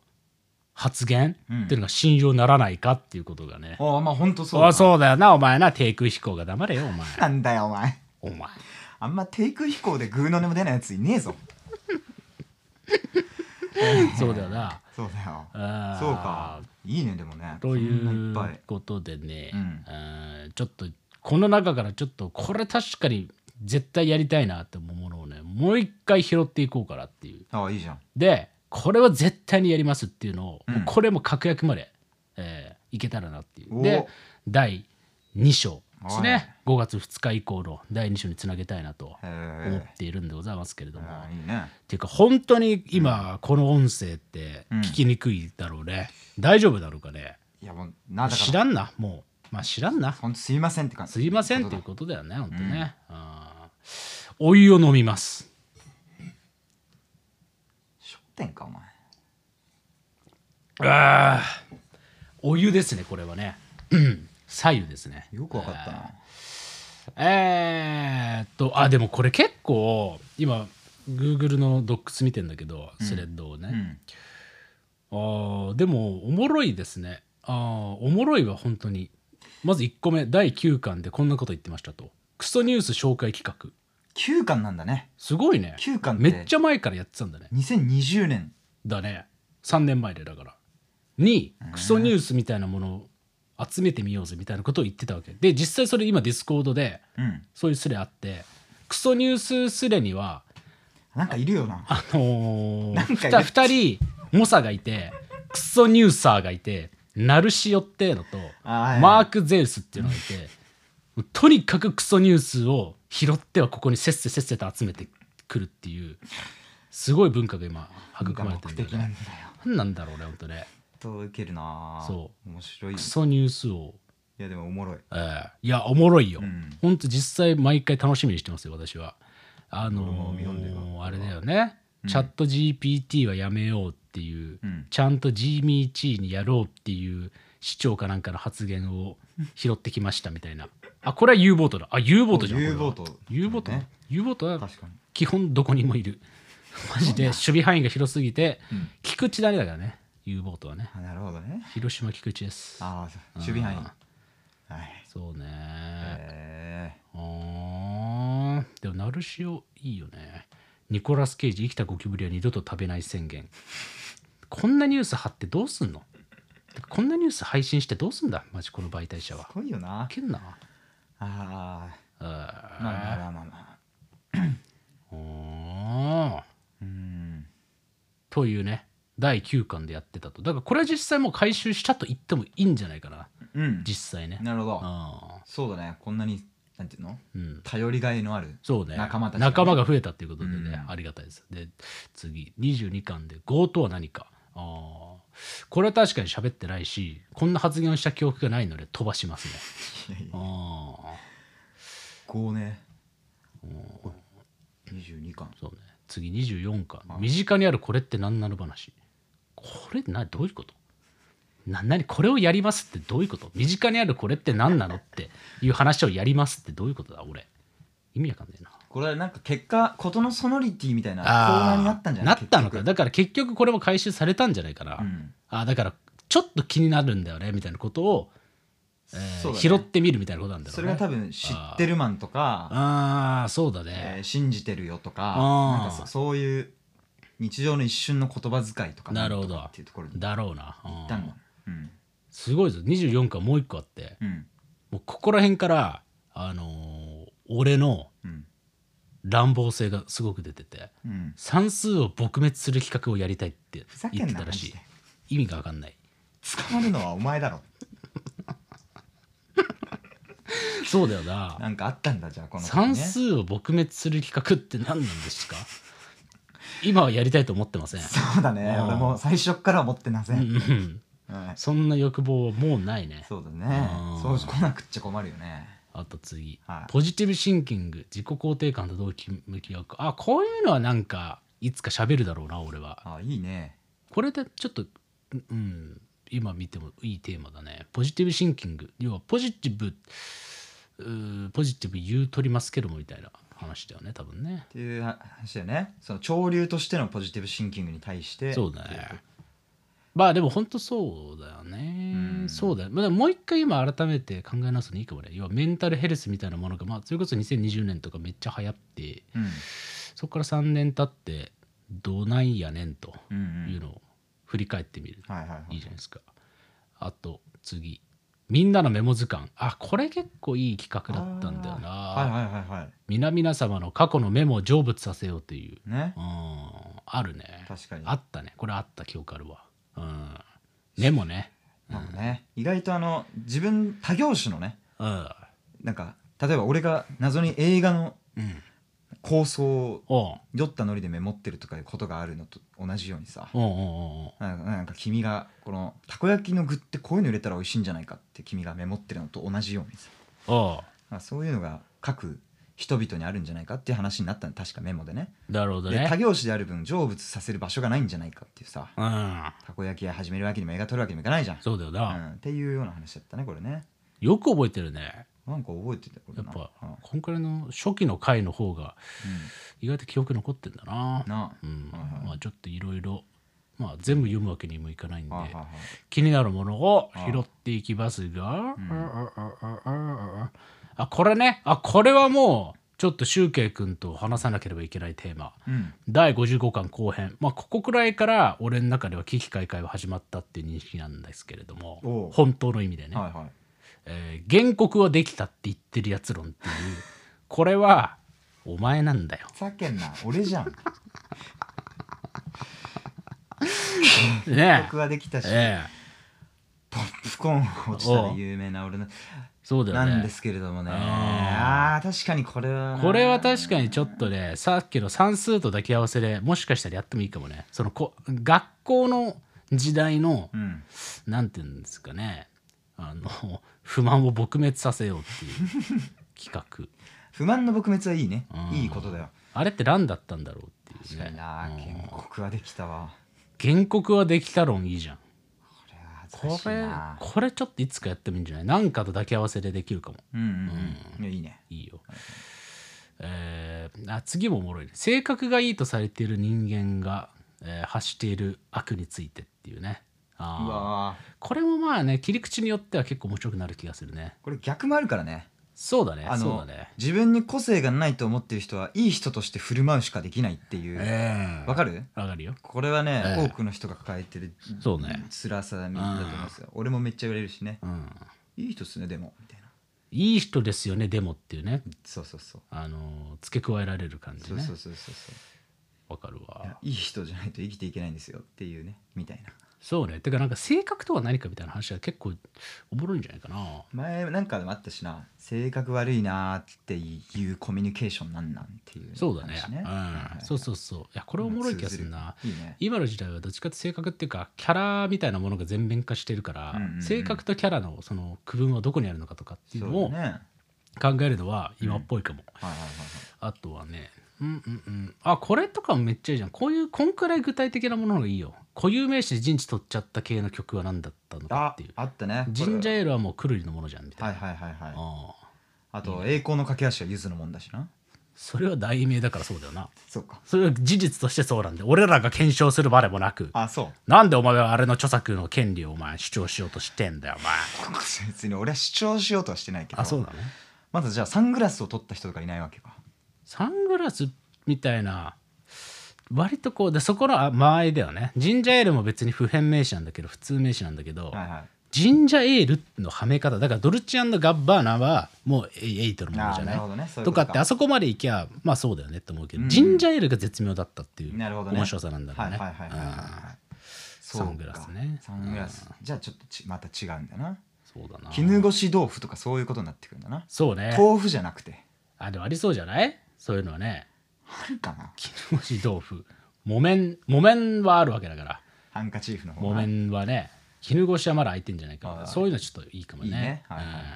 Speaker 1: 発言
Speaker 2: うん
Speaker 1: っていうのが信用ならないかっていうことがね
Speaker 2: え、ああまあ本当そう
Speaker 1: あ
Speaker 2: だ
Speaker 1: そうだよなお前な低空飛行が黙れよお前
Speaker 2: なんだよお前
Speaker 1: お前
Speaker 2: あんま低空飛行でグーの音も出ないやついねえぞ
Speaker 1: そうだよな
Speaker 2: そうだよ
Speaker 1: あー
Speaker 2: そうかいいねでもね
Speaker 1: とい
Speaker 2: そんないっぱ
Speaker 1: う
Speaker 2: い
Speaker 1: ことでね、
Speaker 2: うん
Speaker 1: あーちょっとこの中からちょっとこれ確かに絶対やりたいなって思うものをねもう一回拾っていこうかなっていう
Speaker 2: ああいいじゃん
Speaker 1: でこれは絶対にやりますっていうのを、
Speaker 2: うん
Speaker 1: もうこれも確約まで、えーいけたらなっていう
Speaker 2: お
Speaker 1: で第2章ですね5月2日以降の第2章につなげたいなと
Speaker 2: へ
Speaker 1: 思
Speaker 2: え
Speaker 1: っているんでございますけれども、
Speaker 2: あ
Speaker 1: っ
Speaker 2: あいいね
Speaker 1: ていうか本当に今この音声って
Speaker 2: うん
Speaker 1: 聞きにくいだろうね、大丈夫だろうかね
Speaker 2: いやもうなだか
Speaker 1: 知
Speaker 2: ら
Speaker 1: らんなもうまあ知らんな
Speaker 2: ほんとすいませんって感じ
Speaker 1: すいませんっていうことだよね本当ね、あーお湯を飲みます
Speaker 2: 焦点かお前
Speaker 1: あーお湯ですねこれはねうん左右ですね
Speaker 2: よくわかったな
Speaker 1: えーっとあでもこれ結構今 Google のドックス見てんだけど、スレッドを
Speaker 2: う
Speaker 1: ね、
Speaker 2: ん
Speaker 1: あーでもおもろいですねあーおもろいは本当にまず1個目第9巻でこんなこと言ってましたとクソニュース紹介企画
Speaker 2: 9巻なんだね
Speaker 1: すごいね
Speaker 2: 9巻って
Speaker 1: めっちゃ前からやってたんだね
Speaker 2: 2020年
Speaker 1: だね3年前でだからにクソニュースみたいなものを集めてみようぜみたいなことを言ってたわけで実際それ今ディスコードで
Speaker 2: うん
Speaker 1: そういうスレあってクソニューススレには
Speaker 2: なんかいるよな
Speaker 1: あの
Speaker 2: なんかいる
Speaker 1: ー、2人猛者がいてクソニューサーがいてナルシオっていうのと
Speaker 2: あー
Speaker 1: マーク・ゼウスっていうのがいてとにかくクソニュースを拾ってはここにせっせせっせと集めてくるっていうすごい文化が今
Speaker 2: なん
Speaker 1: 育
Speaker 2: か
Speaker 1: まれ
Speaker 2: 目
Speaker 1: てるんだ
Speaker 2: 的
Speaker 1: よね
Speaker 2: なんだよ
Speaker 1: 何なんだろうね本当ね
Speaker 2: 届けるな
Speaker 1: そう
Speaker 2: 面白い
Speaker 1: クソニュースを、
Speaker 2: いやでもおもろい
Speaker 1: えーいやおもろいよ、
Speaker 2: うん
Speaker 1: ほんと実際毎回楽しみにしてますよ私はあ
Speaker 2: 俺も
Speaker 1: のー
Speaker 2: 読んでるわ
Speaker 1: あれだよね、
Speaker 2: うん
Speaker 1: チャット GPT はやめようっていう、
Speaker 2: うん
Speaker 1: ちゃんと GMT にやろうっていう市長かなんかの発言を拾ってきましたみたいなあこれは U ボートだあ U ボートじゃんこれは
Speaker 2: U ボート
Speaker 1: U ボート
Speaker 2: ね
Speaker 1: U ボートは
Speaker 2: 確かに
Speaker 1: 基本どこにもいる マジで守備範囲が広すぎて、
Speaker 2: うん
Speaker 1: 菊池だけだからね U ボートはね
Speaker 2: あなるほどね
Speaker 1: 広島菊池です
Speaker 2: ああ守備範囲
Speaker 1: あ
Speaker 2: はい
Speaker 1: そうね、
Speaker 2: え
Speaker 1: うーんでもナルシオいいよねニコラス・ケイジ生きたゴキブリは二度と食べない宣言こんなニュース貼ってどうすんのてかこんなニュース配信してどうすんだマジこの媒体者
Speaker 2: ー
Speaker 1: は
Speaker 2: すごいよな
Speaker 1: ウケんな
Speaker 2: ああ
Speaker 1: あ
Speaker 2: まあまあまあまあ
Speaker 1: ーおー
Speaker 2: うん
Speaker 1: というね第9巻でやってたとだからこれは実際もう回収したと言ってもいいんじゃないかな
Speaker 2: うん
Speaker 1: 実際ね
Speaker 2: なるほど
Speaker 1: あ
Speaker 2: そうだねこんなになんていうの
Speaker 1: ーうん
Speaker 2: 頼りがいのある
Speaker 1: そうね
Speaker 2: 仲間たちがね
Speaker 1: 仲間が増えたっていうことでね、
Speaker 2: うん
Speaker 1: ありがたいですで次22巻で「強盗は何か」あーこれは確かに喋ってないしこんな発言をした記憶がないので飛ばしますね
Speaker 2: いやいや
Speaker 1: ああ
Speaker 2: 5ね22巻
Speaker 1: そうね次24巻「身近にあるこれって何なの話」これなどういうことな何これをやりますってどういうこと身近にあるこれって何なのっていう話をやりますってどういうことだ俺意味わかんないな
Speaker 2: これはなんか結果事のソノリティみたいなコー
Speaker 1: あ
Speaker 2: ナー
Speaker 1: あ
Speaker 2: になったんじゃない
Speaker 1: なったの
Speaker 2: 結
Speaker 1: か
Speaker 2: 局
Speaker 1: だから結局これも回収されたんじゃないかな、
Speaker 2: うん
Speaker 1: あだからちょっと気になるんだよねみたいなことを、えー
Speaker 2: そうだね
Speaker 1: 拾ってみるみたいなことなんだろうね
Speaker 2: それが多分知ってるマンとか、
Speaker 1: ああそうだ
Speaker 2: え
Speaker 1: ね
Speaker 2: ー、信じてるよとか
Speaker 1: あー
Speaker 2: なんかそそういう日常の一瞬の言葉遣いとか
Speaker 1: なるほど
Speaker 2: んとかっていうところに行
Speaker 1: だろうなうん
Speaker 2: ったのうん
Speaker 1: すごいぞ24巻もう一個あって
Speaker 2: うん
Speaker 1: もうここら辺からあのー俺の
Speaker 2: うん
Speaker 1: 乱暴性がすごく出てて
Speaker 2: うん
Speaker 1: 算数を撲滅する企画をやりたいって
Speaker 2: ふざけ
Speaker 1: 言っ
Speaker 2: ん
Speaker 1: て
Speaker 2: な
Speaker 1: たらし
Speaker 2: マジで
Speaker 1: い意味が分かんない
Speaker 2: 捕まるのはお前だろ
Speaker 1: そうだよな
Speaker 2: なんかあったんだじゃあこの子
Speaker 1: 算
Speaker 2: にね
Speaker 1: 数を撲滅する企画って何なんです か今はやりたいと思ってません
Speaker 2: そうだね
Speaker 1: うん
Speaker 2: 俺もう最初っから思ってなせん、
Speaker 1: うん
Speaker 2: はい
Speaker 1: そんな欲望はもうないね
Speaker 2: そうだね
Speaker 1: うん
Speaker 2: そう来なくっちゃ困るよね
Speaker 1: ああと次、
Speaker 2: はい
Speaker 1: ポジティブシンキング自己肯定感とどう向き合うかあこういうのはなんかいつか喋るだろうな俺は
Speaker 2: あいいね
Speaker 1: これでちょっとうんうん今見てもいいテーマだねポジティブシンキング要はポジティブうーポジティブ言うとりますけどもみたいな話だよね多分ね
Speaker 2: っていう話だよねその潮流としてのポジティブシンキングに対して
Speaker 1: そうだねまあでも本当そうだよね、
Speaker 2: うん
Speaker 1: そうだよ、まあ、でももう一回今改めて考え直すのいいかもね要はメンタルヘルスみたいなものが、まあ、それこそ2020年とかめっちゃ流行って
Speaker 2: うん
Speaker 1: そこから3年経ってどないやねんと
Speaker 2: うんう
Speaker 1: いうんのを振り返ってみる、
Speaker 2: はいはいはい
Speaker 1: いじゃないですかあと次みんなのメモ図鑑あこれ結構いい企画だったんだよな、
Speaker 2: はいはいはいは
Speaker 1: 皆々様の過去のメモを成仏させようという
Speaker 2: いね
Speaker 1: うんあるね
Speaker 2: 確かに
Speaker 1: あったねこれあった記憶あるわうんメモね
Speaker 2: なんかね意外とあの自分他業種のね
Speaker 1: うん
Speaker 2: なんか例えば俺が謎に映画の
Speaker 1: うん
Speaker 2: 構想を
Speaker 1: おう
Speaker 2: 酔ったノリでメモってるとかいうことがあるのと同じようにさ
Speaker 1: おうおうおう
Speaker 2: なんかなんか君がこのたこ焼きの具ってこういうの入れたら美味しいんじゃないかって君がメモってるのと同じようにさ
Speaker 1: おうお
Speaker 2: なんかそういうのが各人々にあるんじゃないかっていう話になったの確かメモでね
Speaker 1: うなるほど
Speaker 2: で他
Speaker 1: ね
Speaker 2: 業種である分成仏させる場所がないんじゃないかっていうさ
Speaker 1: うん
Speaker 2: たこ焼き屋始めるわけにも映画撮るわけにもいかないじゃん、
Speaker 1: そうだよ
Speaker 2: う
Speaker 1: な、
Speaker 2: ん、っていうような話だったねこれね
Speaker 1: よく覚えてるね
Speaker 2: なんか覚えてたこ
Speaker 1: や
Speaker 2: れ
Speaker 1: っ
Speaker 2: な
Speaker 1: ぱ、
Speaker 2: うん
Speaker 1: こんくらいの初期の回の方が
Speaker 2: う、
Speaker 1: 意外と記憶残ってんだなん
Speaker 2: な
Speaker 1: うん
Speaker 2: はいはい
Speaker 1: まあちょっといろいろまあ全部読むわけにもいかないんで
Speaker 2: あ、はいはいはい
Speaker 1: 気になるものを拾っていきますが
Speaker 2: うん
Speaker 1: あああああああこれねあこれはもうちょっとシュウケイ君と話さなければいけないテーマ
Speaker 2: うん
Speaker 1: 第55巻後編まあここくらいから俺の中では危機開会は始まったっていう認識なんですけれど
Speaker 2: お
Speaker 1: も
Speaker 2: う
Speaker 1: 本当の意味でね、
Speaker 2: はいはい
Speaker 1: えー原告はできたって言ってるやつ論って いうこれはお前なんだよ
Speaker 2: ふざけんな俺じゃん
Speaker 1: ね
Speaker 2: 僕はできたし、
Speaker 1: えええ
Speaker 2: ポップコーン落ちたで有名な俺の
Speaker 1: そうだよね
Speaker 2: なんですけれどもね
Speaker 1: あ
Speaker 2: あー確かにこれはな
Speaker 1: これは確かにちょっとねさっきの算数と抱き合わせでもしかしたらやってもいいかもねそのこ学校の時代の
Speaker 2: うん
Speaker 1: なんていうんですかねあの不満を撲滅させようっていう企画
Speaker 2: 不満の撲滅はいいね
Speaker 1: うん
Speaker 2: いいことだよ
Speaker 1: あれって何だったんだろうってい
Speaker 2: 確
Speaker 1: う
Speaker 2: かに
Speaker 1: ね
Speaker 2: な建国はできたわ
Speaker 1: 原告はできた論いいじゃん
Speaker 2: こ
Speaker 1: こ
Speaker 2: れは恥ずかしい
Speaker 1: れ
Speaker 2: な
Speaker 1: これちょっといつかやってもいいんじゃないなんかと抱き合わせでできるかも
Speaker 2: うんうんうんいやいいね
Speaker 1: いいよ、えーあ次もおもろいね性格がいいとされている人間が、えー発している悪についてっていうね
Speaker 2: う
Speaker 1: あ
Speaker 2: わ
Speaker 1: ーこれもまあね切り口によっては結構面白くなる気がするね
Speaker 2: ーこれ逆もあるからね
Speaker 1: そうだね
Speaker 2: あ
Speaker 1: そうだ
Speaker 2: の
Speaker 1: ね
Speaker 2: 自分に個性がないと思ってる人はいい人として振る舞うしかできないっていう
Speaker 1: え
Speaker 2: わかる
Speaker 1: わかるよ
Speaker 2: これはね、
Speaker 1: ええ
Speaker 2: 多くの人が抱えてる
Speaker 1: そうね
Speaker 2: 辛さだと思いますよ俺もめっちゃ言われるしね
Speaker 1: うん
Speaker 2: いい人っすねでもみたいない
Speaker 1: い人ですよねでもっていうね
Speaker 2: そうそうそう
Speaker 1: あのー付け加えられる感じ
Speaker 2: そう
Speaker 1: ね
Speaker 2: そうそうそうそう
Speaker 1: わかる
Speaker 2: いや
Speaker 1: わ
Speaker 2: いい人じゃないと生きていけないんですよっていうねみたいな
Speaker 1: そうねてかなんか性格とは何かみたいな話は結構おもろいんじゃないかな
Speaker 2: 前なんかでもあったしな性格悪いなーっていうコミュニケーションなんなんっていう
Speaker 1: そうだね
Speaker 2: 話
Speaker 1: うん、
Speaker 2: はいはい
Speaker 1: そうそうそういやこれおもろい気がするな、
Speaker 2: 通ずるいいね
Speaker 1: 今の時代はどっちかって性格っていうかキャラみたいなものが全面化してるから、
Speaker 2: うんうんうん
Speaker 1: 性格とキャラのその区分はどこにあるのかとかっていうの
Speaker 2: そう
Speaker 1: を
Speaker 2: だねはい
Speaker 1: 考えるのは今っぽいかも、
Speaker 2: はいはい
Speaker 1: あとはねうんうんうんあこれとかもめっちゃいいじゃんこういうこんくらい具体的なもののがいいよ固有名詞で陣地取っちゃった系の曲は何だったのか
Speaker 2: あ
Speaker 1: っていう
Speaker 2: あったね
Speaker 1: ジンジャ
Speaker 2: こ
Speaker 1: ーエールはもうくるりのものじゃんみ
Speaker 2: れ
Speaker 1: たい
Speaker 2: は
Speaker 1: な、
Speaker 2: いはいはいはい
Speaker 1: ああ
Speaker 2: あと栄光の架け橋はゆずのもんだしな
Speaker 1: それは題名だからそうだよな
Speaker 2: そうか
Speaker 1: それは事実としてそうなんで俺らが検証する場でもなく
Speaker 2: あそう
Speaker 1: なんでお前はあれの著作の権利をお前主張しようとしてんだよお前
Speaker 2: 別に俺は主張しようとはしてないけど
Speaker 1: だね
Speaker 2: まずじゃあサングラスを取った人とかいないわけか
Speaker 1: サングラスみたいな割とこうでそこのあ間合いだよねジンジャーエールも別に普遍名詞なんだけど普通名詞なんだけど、
Speaker 2: はいはい
Speaker 1: ジンジャーエールのはめ方だからドルチアンガッバーナはもうエイエイトのもの
Speaker 2: あ
Speaker 1: じ
Speaker 2: ー
Speaker 1: ゃな
Speaker 2: な
Speaker 1: い
Speaker 2: るほどねそういう
Speaker 1: と
Speaker 2: こ
Speaker 1: か
Speaker 2: と
Speaker 1: ってあそこまでいきゃまあそうだよねって思うけど、
Speaker 2: うん
Speaker 1: ジンジャーエールが絶妙だったっていう
Speaker 2: なるほどね
Speaker 1: 面白さなんだろうね
Speaker 2: はいはいはいはいはいはいそう
Speaker 1: サ
Speaker 2: か
Speaker 1: ングラスね
Speaker 2: サングラスじゃあちょっとちまた違うんだな
Speaker 1: うんそうだな
Speaker 2: 絹ごし豆腐とかそういうことになってくるんだな
Speaker 1: そうね
Speaker 2: 豆腐じゃなくて
Speaker 1: あでもありそうじゃないそういうのはね
Speaker 2: あるかな
Speaker 1: 絹ごし豆腐木綿木綿はあるわけだから
Speaker 2: ハンカチーフの方
Speaker 1: 木
Speaker 2: が
Speaker 1: 綿はね絹ごしはまだ空いてんじゃないか
Speaker 2: はい
Speaker 1: そういうのちょっといいかもね
Speaker 2: いいねはいはいはい
Speaker 1: うん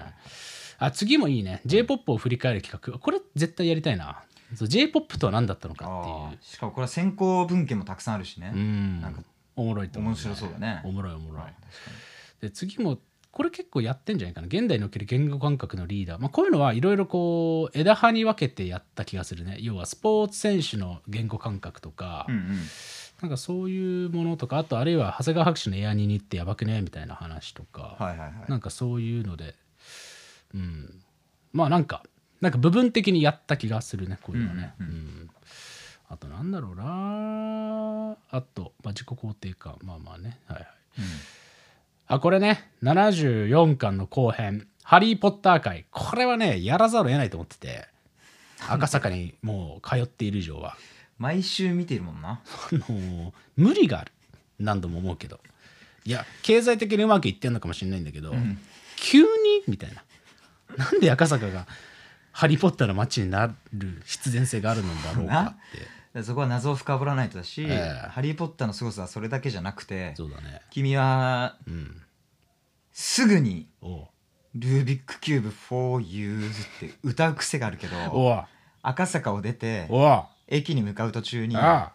Speaker 1: あ次もいいね j p o p を振り返る企画これ絶対やりたいなそう j p o p とは何だったのか
Speaker 2: あ
Speaker 1: ってい
Speaker 2: ーしかもこれは先行文献もたくさんあるしね
Speaker 1: ううん
Speaker 2: なんか
Speaker 1: おもろいと思う、
Speaker 2: 面白そうだね
Speaker 1: おもろいおもろい、
Speaker 2: はい確かに
Speaker 1: で次もこれ結構やってんじゃないかな現代における言語感覚のリーダー、まあ、こういうのはいろいろこう枝葉に分けてやった気がするね要はスポーツ選手の言語感覚とか、
Speaker 2: うんうん
Speaker 1: なんかそういうものとかあとあるいは長谷川博士のエアニニってやばくねみたいな話とか、
Speaker 2: はいはいはい
Speaker 1: なんかそういうので、うん、まあなんかなんか部分的にやった気がするねこういうのはね、
Speaker 2: うんうんう
Speaker 1: うんあとなんだろうなあと、まあ、自己肯定感まあまあねはいはいあこれね74巻の後編「ハリー・ポッター会」これはねやらざるを得ないと思ってて赤坂にもう通っている以上は
Speaker 2: 毎週見てるもん
Speaker 1: あ
Speaker 2: な
Speaker 1: の無理がある何度も思うけどいや経済的にうまくいってんのかもしれないんだけど、急にみたいななんで赤坂が「ハリー・ポッター」の街になる必然性があるのだろうかって
Speaker 2: そこは謎を深掘らないとだし「
Speaker 1: ええ
Speaker 2: ハリー・ポッター」の凄さはそれだけじゃなくて
Speaker 1: そうだね
Speaker 2: 君は
Speaker 1: うん
Speaker 2: すぐに
Speaker 1: おう
Speaker 2: 「ルービックキューブ for you」って歌う癖があるけど
Speaker 1: おう
Speaker 2: 赤坂を出て
Speaker 1: おうあ
Speaker 2: 駅に向かう途中に
Speaker 1: あ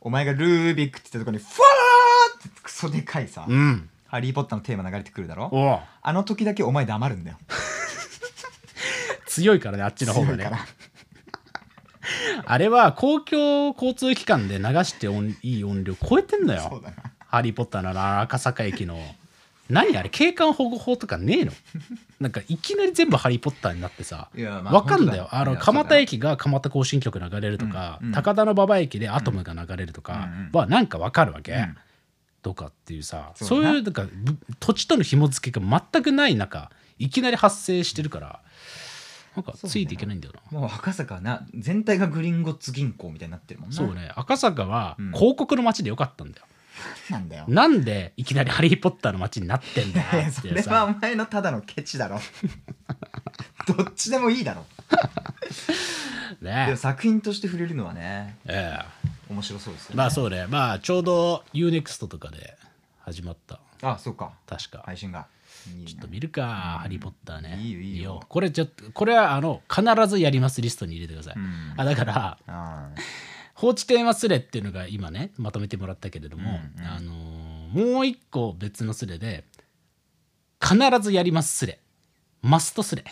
Speaker 2: お前が「ルービック」って言ったところに「ファー!」ってクソでかいさ
Speaker 1: う
Speaker 2: 「
Speaker 1: ん
Speaker 2: ハリー・ポッター」のテーマ流れてくるだろ
Speaker 1: おう
Speaker 2: あの時だけお前黙るんだよ
Speaker 1: 強いからねあっちの方が
Speaker 2: 強い
Speaker 1: ね
Speaker 2: から
Speaker 1: あれは公共交通機関で流して音いい音量超えてんだ
Speaker 2: そう
Speaker 1: よ
Speaker 2: だな
Speaker 1: ハリー・ポッターのあの赤坂駅の何あれ景観保護法とかねえ のなんかいきなり全部ハリー・ポッターになってさ
Speaker 2: いやまあ
Speaker 1: わかんだよ
Speaker 2: 本当だ
Speaker 1: あの
Speaker 2: いやそうだ
Speaker 1: 蒲
Speaker 2: よ
Speaker 1: 田駅が蒲田行進曲流れるとか、
Speaker 2: うんうん
Speaker 1: 高田の馬場駅でアトムが流れるとか
Speaker 2: うんうん
Speaker 1: はなんかわかるわけ、
Speaker 2: うん
Speaker 1: とかっていうさそ
Speaker 2: そううだな
Speaker 1: いうなんかぶ土地との紐付けが全くない中いきなり発生してるからなんかついていけないんだよな。
Speaker 2: もう赤坂はな全体がグリンゴッツ銀行みたいになってるもんな
Speaker 1: そうね赤坂は
Speaker 2: うん
Speaker 1: 広告の街でよかったんだよ、
Speaker 2: なんだよ
Speaker 1: なんでいきなり「ハリー・ポッター」の街になってんだよ
Speaker 2: いや
Speaker 1: っ
Speaker 2: そ
Speaker 1: て
Speaker 2: れは
Speaker 1: さ
Speaker 2: お前のただのケチだろ どっちでもいいだろで
Speaker 1: ね
Speaker 2: も作品として触れるのはね
Speaker 1: え
Speaker 2: 面白そうですよ
Speaker 1: え
Speaker 2: ね
Speaker 1: まあそうねまあちょうど UNEXT とかで始まった
Speaker 2: あそうか
Speaker 1: 確か
Speaker 2: 配信がいい
Speaker 1: ちょっ
Speaker 2: ね
Speaker 1: と見るか、ハリー・ポッターね。
Speaker 2: いいよいいよ
Speaker 1: これちょっと、これはあの、必ずやりますリストに入れてください。
Speaker 2: うん
Speaker 1: あだから、
Speaker 2: あー
Speaker 1: 放置テーマスレっていうのが今ね、まとめてもらったけれども、
Speaker 2: うんうん
Speaker 1: あのーもう一個別のスレで、必ずやりますスレ。マストスレ。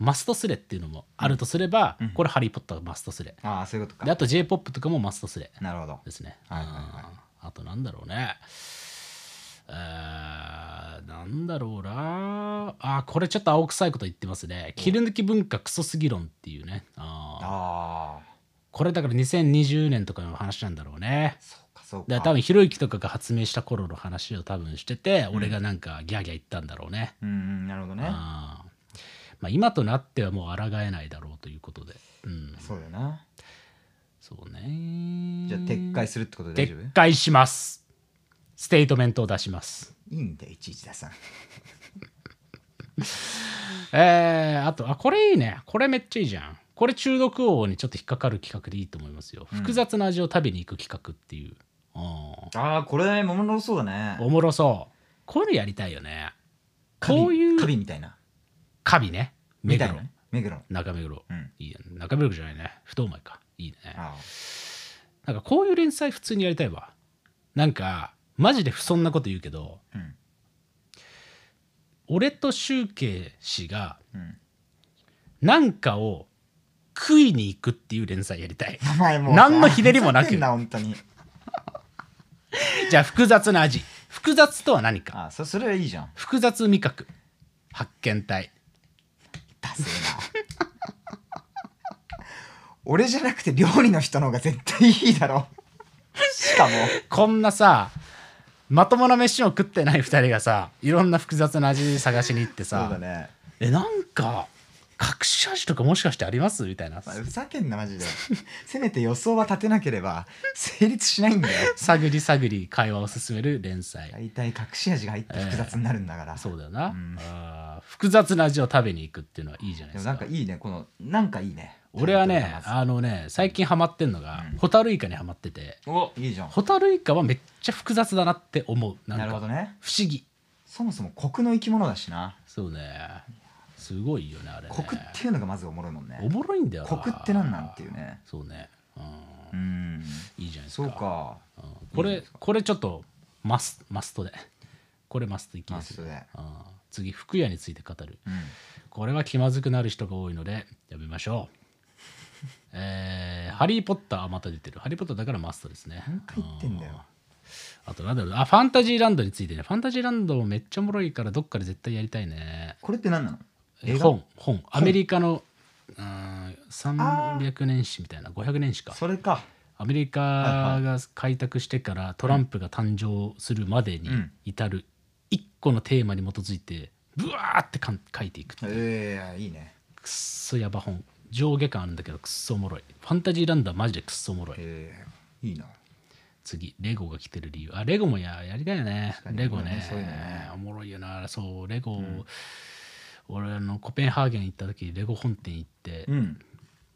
Speaker 1: マストスレっていうのもあるとすれば、これハリー・ポッターがマストスレ。
Speaker 2: あーそういうこと
Speaker 1: で、あ
Speaker 2: か
Speaker 1: と J-POP とかもマストスレ。
Speaker 2: なるほど
Speaker 1: ですね。
Speaker 2: はいはいはい
Speaker 1: うんあとなんだろうね。あーなんだろうなあこれちょっと青臭いこと言ってますね切り抜き文化クソすぎ論っていうねあー
Speaker 2: ああ
Speaker 1: これだから2020年とかの話なんだろうね
Speaker 2: そうかそう
Speaker 1: だから
Speaker 2: か
Speaker 1: 多分ひろゆきとかが発明した頃の話を多分してて、俺がなんかギャーギャー言ったんだろうね
Speaker 2: うんうんなるほどね
Speaker 1: あーまあ今となってはもう抗えないだろうということでうん
Speaker 2: そうだよな
Speaker 1: そうね
Speaker 2: じゃあ撤回するってことで大丈夫
Speaker 1: 撤回しますステートメントを出します
Speaker 2: いいんだよいちいち出さん
Speaker 1: えー、あとあこれいいねこれめっちゃいいじゃんこれ中毒王にちょっと引っかかる企画でいいと思いますよ、複雑な味を食べに行く企画っていうあ
Speaker 2: ああこれものそうだね
Speaker 1: ーおもろそうこういうのやりたいよねこういう
Speaker 2: カビみたいな
Speaker 1: カビね目
Speaker 2: みた
Speaker 1: 黒
Speaker 2: いなね目黒の
Speaker 1: 中目黒、
Speaker 2: うん
Speaker 1: いいや中目黒じゃないね不動前かいいね
Speaker 2: あ
Speaker 1: なんかこういう連載普通にやりたいわなんかマジで不損なこと言うけど
Speaker 2: あうん
Speaker 1: 俺と周慶氏が
Speaker 2: うん
Speaker 1: なんかを食いに行くっていう連載やりた い
Speaker 2: 名前もう
Speaker 1: 何のひねりもなく
Speaker 2: ふざけんな本当に
Speaker 1: じゃあ複雑な味複雑とは何か
Speaker 2: あそそれはいいじゃん
Speaker 1: 複雑味覚発見体
Speaker 2: ダセえな 俺じゃなくて料理の人の方が絶対いいだろしかも
Speaker 1: こんなさまともな飯を食ってない2人がさいろんな複雑な味探しに行って
Speaker 2: そう
Speaker 1: さ、
Speaker 2: だね、
Speaker 1: えなんか隠し味とかもしかしてありますみたいな
Speaker 2: まあ、ふざけんなマジで せめて予想は立てなければ成立しないんだよ
Speaker 1: 探り探り会話を進める連載、
Speaker 2: 大体隠し味が入って複雑になるんだから、
Speaker 1: そうだよな、
Speaker 2: ん
Speaker 1: あー複雑な味を食べに行くっていうのはいいじゃない
Speaker 2: で
Speaker 1: で
Speaker 2: も
Speaker 1: す
Speaker 2: なん
Speaker 1: か
Speaker 2: かいいねこのなんかいいね
Speaker 1: 俺は
Speaker 2: タ
Speaker 1: ね
Speaker 2: イトルがま
Speaker 1: あのね最近ハマってんのが、ホタルイカにハマってて
Speaker 2: ずおいいじゃん
Speaker 1: ホタルイカはめっちゃ複雑だなって思うなんか
Speaker 2: なるほどね
Speaker 1: 不思議
Speaker 2: そもそもコクの生き物だしな
Speaker 1: そうねすごいよねあれね
Speaker 2: コクっていうのがまずおもろいもんね
Speaker 1: おもろいんだよな
Speaker 2: コクってなんなんっていうね
Speaker 1: そうね、うん
Speaker 2: うん
Speaker 1: いいじゃないです
Speaker 2: そ
Speaker 1: か
Speaker 2: うか
Speaker 1: うんこれこれちょっとマスマストでこれマストいき
Speaker 2: マ
Speaker 1: ます
Speaker 2: ストで
Speaker 1: うん次服屋について語る
Speaker 2: うん
Speaker 1: これは気まずくなる人が多いのでやめまし ょうえーハリー・ポッターまた出てるハリー・ポッターだからマストですね
Speaker 2: 何回言ってんだよ
Speaker 1: あとなんだろうあファンタジーランドについてねファンタジーランドもめっちゃおもろいからどっかで絶対やりたいね
Speaker 2: これって何なの映画
Speaker 1: 本本アメリカのうん300年史みたいな500年史か
Speaker 2: それか
Speaker 1: アメリカが開拓してからトランプが誕生するまでに
Speaker 2: うん
Speaker 1: 至る一個のテーマに基づいてブワーってかん書いていくっていう
Speaker 2: ええいいね
Speaker 1: くっそやば本上下感あるんだけどくっそおもろいファンタジーランドはマジでくっそおもろい
Speaker 2: ええいいな
Speaker 1: 次レゴが来てる理由あレゴもややりたいよね
Speaker 2: かに
Speaker 1: レゴね
Speaker 2: そういうのね
Speaker 1: おもろいよなそうレゴ、俺あのコペンハーゲン行った時レゴ本店行って、
Speaker 2: うん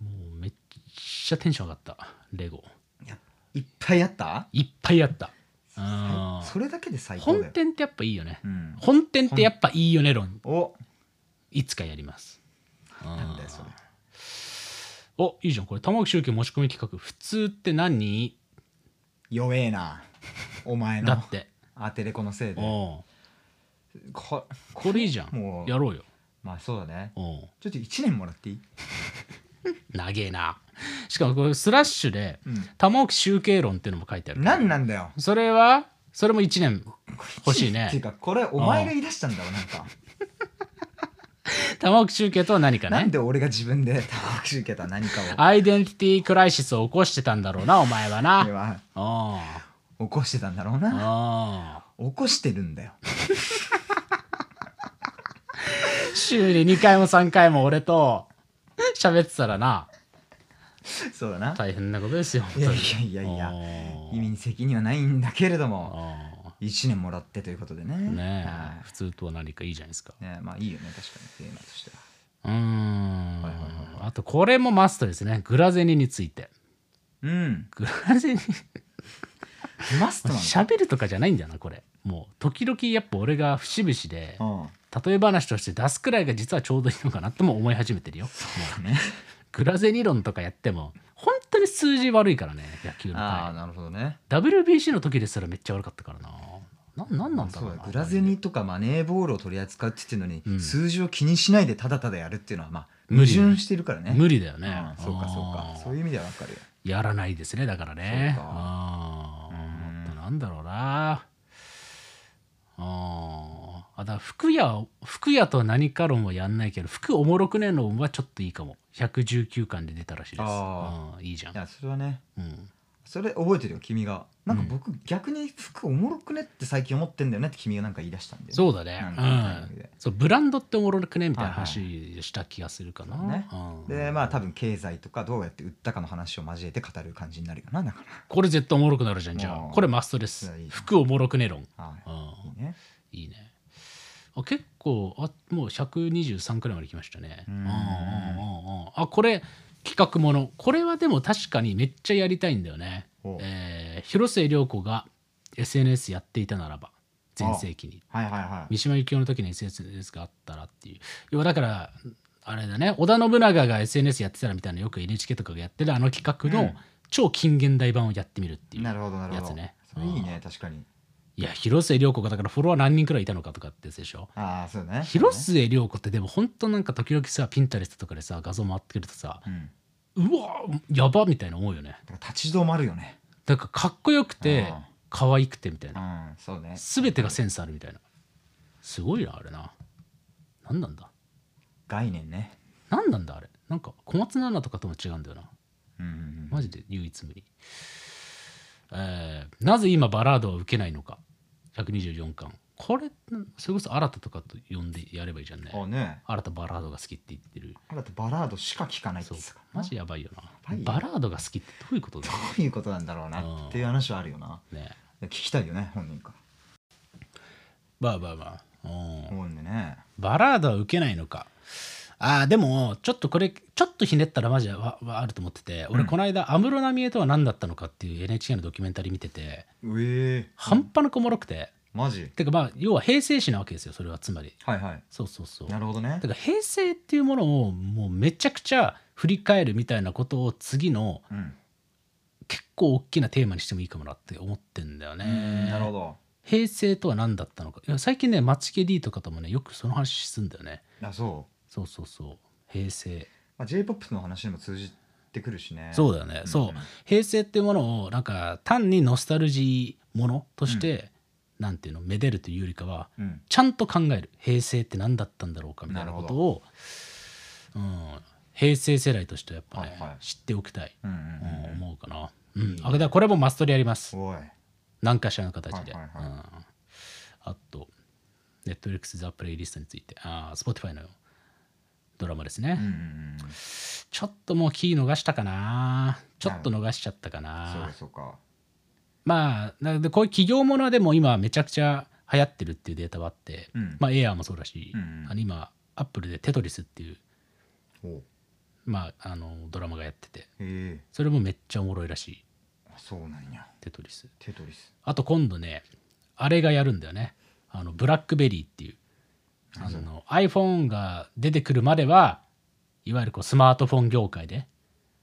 Speaker 1: もうめっちゃテンション上がったレゴ
Speaker 2: いやいっぱいあった
Speaker 1: いっぱいあったうん
Speaker 2: それだけで最高だ
Speaker 1: 本
Speaker 2: よ
Speaker 1: 店ってやっぱいいよね、
Speaker 2: うん
Speaker 1: 本店ってやっぱいいよね論
Speaker 2: お
Speaker 1: いつかやります
Speaker 2: なんだよそれ
Speaker 1: おいいじゃんこれ玉置周慶持ち込み企画普通って何
Speaker 2: 弱えなお前
Speaker 1: だ
Speaker 2: の
Speaker 1: って
Speaker 2: アテレコのせいで
Speaker 1: お
Speaker 2: こ
Speaker 1: これいいじゃん
Speaker 2: もう
Speaker 1: やろうよ
Speaker 2: まあそうだね
Speaker 1: おう
Speaker 2: ちょっと1年もらっていい
Speaker 1: 長えなしかもこれスラッシュで
Speaker 2: うん
Speaker 1: 玉置周慶論っていうのも書いてあるから
Speaker 2: 何なんだよ
Speaker 1: それはそれも1年欲しい
Speaker 2: っていう
Speaker 1: ね
Speaker 2: かこれお前が言い出したんだろなんか
Speaker 1: 玉置周慶とは何か
Speaker 2: なん
Speaker 1: ね
Speaker 2: で俺が自分で 玉置受けた何かを
Speaker 1: アイデンティティクライシスを起こしてたんだろうなお前は
Speaker 2: 俺
Speaker 1: な
Speaker 2: は
Speaker 1: おう
Speaker 2: 起こしてたんだろうな
Speaker 1: おう
Speaker 2: 起こしてるんだよ
Speaker 1: 週に2回も3回も俺と喋ってたらな
Speaker 2: そうだな
Speaker 1: 大変なことですよ
Speaker 2: いやいやいやいや意味に責任はないんだけれども
Speaker 1: あ
Speaker 2: 1年もらってということでね
Speaker 1: ね
Speaker 2: は
Speaker 1: え普通とは何かいいじゃないですか
Speaker 2: いねえまあいいよね確かにテーマとしては
Speaker 1: うーん
Speaker 2: はいはい
Speaker 1: あとこれもマストですねグラゼニについて
Speaker 2: うん
Speaker 1: グラゼニ
Speaker 2: マストなんだ
Speaker 1: 喋るとかじゃないんだよなこれもう時々やっぱ俺が節々で
Speaker 2: うん
Speaker 1: 例え話として出すくらいが実はちょうどいいのかなとも思い始めてるよもう
Speaker 2: ね
Speaker 1: グラゼニ論とかやっても本当に数字悪いからね野球の
Speaker 2: ああ
Speaker 1: 回
Speaker 2: なるほどね
Speaker 1: WBC の時ですらめっちゃ悪かったからなななんなんだ
Speaker 2: そ
Speaker 1: ろう
Speaker 2: う
Speaker 1: な
Speaker 2: だグラゼニとかマネーボールを取り扱うって言ってるのに、
Speaker 1: うん
Speaker 2: 数字を気にしないでただただやるっていうのはまあ
Speaker 1: 無
Speaker 2: 矛
Speaker 1: 理だよ
Speaker 2: 盾してるからね
Speaker 1: 無理だよね
Speaker 2: うんそうかそう
Speaker 1: あ
Speaker 2: か
Speaker 1: ー
Speaker 2: そういう意味ではわかるよ
Speaker 1: やらないですねだからね
Speaker 2: そうか
Speaker 1: あ
Speaker 2: うん
Speaker 1: ーあとなんだろうなあーあだから服屋服屋とは何か論はやんないけど服おもろくねえのはちょっといいかも119巻で出たらしいです
Speaker 2: あ
Speaker 1: うんいいじゃん
Speaker 2: いやそれはね
Speaker 1: うん
Speaker 2: それ覚えてるよ君がなんか僕、逆に服おもろくねって最近思ってんだよねって君がなんか言い出したんだよね
Speaker 1: そうだね
Speaker 2: なん
Speaker 1: う
Speaker 2: かのタイミン
Speaker 1: ん
Speaker 2: グで
Speaker 1: そうブランドっておもろくねみたいな
Speaker 2: は
Speaker 1: 話した気がするかな、
Speaker 2: そうね
Speaker 1: うん
Speaker 2: でまあ多分経済とかどうやって売ったかの話を交えて語る感じになるよなだか
Speaker 1: これ絶対おもろくなるじゃんじゃ
Speaker 2: う
Speaker 1: あ
Speaker 2: ん
Speaker 1: これマストで
Speaker 2: い
Speaker 1: す
Speaker 2: やいい
Speaker 1: 服おもろくね論
Speaker 2: ら、はい
Speaker 1: うん
Speaker 2: いいね
Speaker 1: いいね。あ結構あもう123くらいまで来ましたね。
Speaker 2: うん
Speaker 1: うんうんうんうんあこれ企画ものこれはでも確かにめっちゃやりたいんだよね
Speaker 2: お。
Speaker 1: えー広末涼子が SNS やっていたならば全盛期に
Speaker 2: はいはいはい
Speaker 1: 三島由紀夫の時に SNS があったらっていう要はだからあれだね織田信長が SNS やってたらみたいなよく NHK とかがやってるあの企画
Speaker 2: う
Speaker 1: の
Speaker 2: ん
Speaker 1: 超近現代版をやってみるっていう。
Speaker 2: なるほどなるほど
Speaker 1: やつね
Speaker 2: それいいね確かに
Speaker 1: いや広末涼子がだからフォロワー何人くらいいたのかとかってやつでしょ。
Speaker 2: ああそうね
Speaker 1: 広末涼子ってでも本当なんか時々さピンタレストとかでさ画像回ってくるとさ
Speaker 2: そうねうん
Speaker 1: うわやばみたいな思うよね
Speaker 2: だから立ち止まるよね
Speaker 1: だからかっこよくて
Speaker 2: ああ
Speaker 1: 可愛くてみたいうなん
Speaker 2: そうね
Speaker 1: 全てがセンスあるみたいなすごいなあれな何なんだ
Speaker 2: 概念ね
Speaker 1: 何なんだあれなんか小松菜奈とかとも違うんだよな
Speaker 2: うんうんうん
Speaker 1: マジで唯一無二、えーなぜ今バラードは受けないのか124巻これそれこそ新たとかと呼んでやればいいじゃんね
Speaker 2: あね
Speaker 1: 新たバラードが好きって言ってる
Speaker 2: あなたバラードしか聞かないって
Speaker 1: そう
Speaker 2: 言ってたからな
Speaker 1: マジやばいよな
Speaker 2: ばいよ
Speaker 1: バラードが好きってどういうこと だ
Speaker 2: どういうことなんだろうなっていう話はあるよな
Speaker 1: ね
Speaker 2: 聞きたいよね本人か
Speaker 1: まあまあまあ
Speaker 2: ら
Speaker 1: うん
Speaker 2: 思うんでね
Speaker 1: バラードは受けないのかあーでもちょっとこれちょっとひねったらマジははあると思ってて俺この間安室奈美恵とは何だったのかっていう NHK のドキュメンタリー見てて
Speaker 2: うえ
Speaker 1: 半端なくおもろくて
Speaker 2: マジ
Speaker 1: てかまあ要は平成史なわけですよそれはつまり
Speaker 2: はいはい
Speaker 1: そうそうそう
Speaker 2: なるほどね
Speaker 1: だから平成っていうものをもうめちゃくちゃ振り返るみたいなことを次の
Speaker 2: うん、
Speaker 1: 結構大きなテーマにしてもいいかもなって思ってんだよね
Speaker 2: なるほど
Speaker 1: 平成とは何だったのかいや最近ねマチケ D とかともねよくその話すんだよね
Speaker 2: あそう
Speaker 1: そうそうそう平成
Speaker 2: まあ、J−POP の話にも通じてくるしね
Speaker 1: そうだよね、
Speaker 2: うん
Speaker 1: そう平成っていうものをなんか単にノスタルジーものとして、なんていうのめでるというよりかは
Speaker 2: うん
Speaker 1: ちゃんと考える平成って何だったんだろうかみたいなことを、うん、平成世代としてやっぱね、
Speaker 2: はいはい
Speaker 1: 知っておきたい、
Speaker 2: うんう
Speaker 1: うん
Speaker 2: ん
Speaker 1: 思うかな、うん、あだからこれもマストでやります
Speaker 2: うんおい
Speaker 1: 何かしらの形で、
Speaker 2: はいはいはい
Speaker 1: うん、あと Netflix ザプレイリストについてあー Spotify のドラマですね、
Speaker 2: うんうんうん
Speaker 1: ちょっともうキー逃したかなちょっと逃しちゃったか
Speaker 2: そう
Speaker 1: な
Speaker 2: かそうか
Speaker 1: まあなのでこういう企業ものはでも今めちゃくちゃ流行ってるっていうデータがあって、
Speaker 2: うん
Speaker 1: まあエアーもそうだし、
Speaker 2: うんうん
Speaker 1: あの今アップルで「テトリス」っていう、
Speaker 2: お
Speaker 1: まあ、あのドラマがやってて
Speaker 2: ええ
Speaker 1: それもめっちゃおもろいらしい
Speaker 2: あそうなんや
Speaker 1: 「テトリス
Speaker 2: テトリス」
Speaker 1: あと今度ねあれがやるんだよねあのブラックベリーっていうあの iPhone が出てくるまではいわゆるこうスマートフォン業界で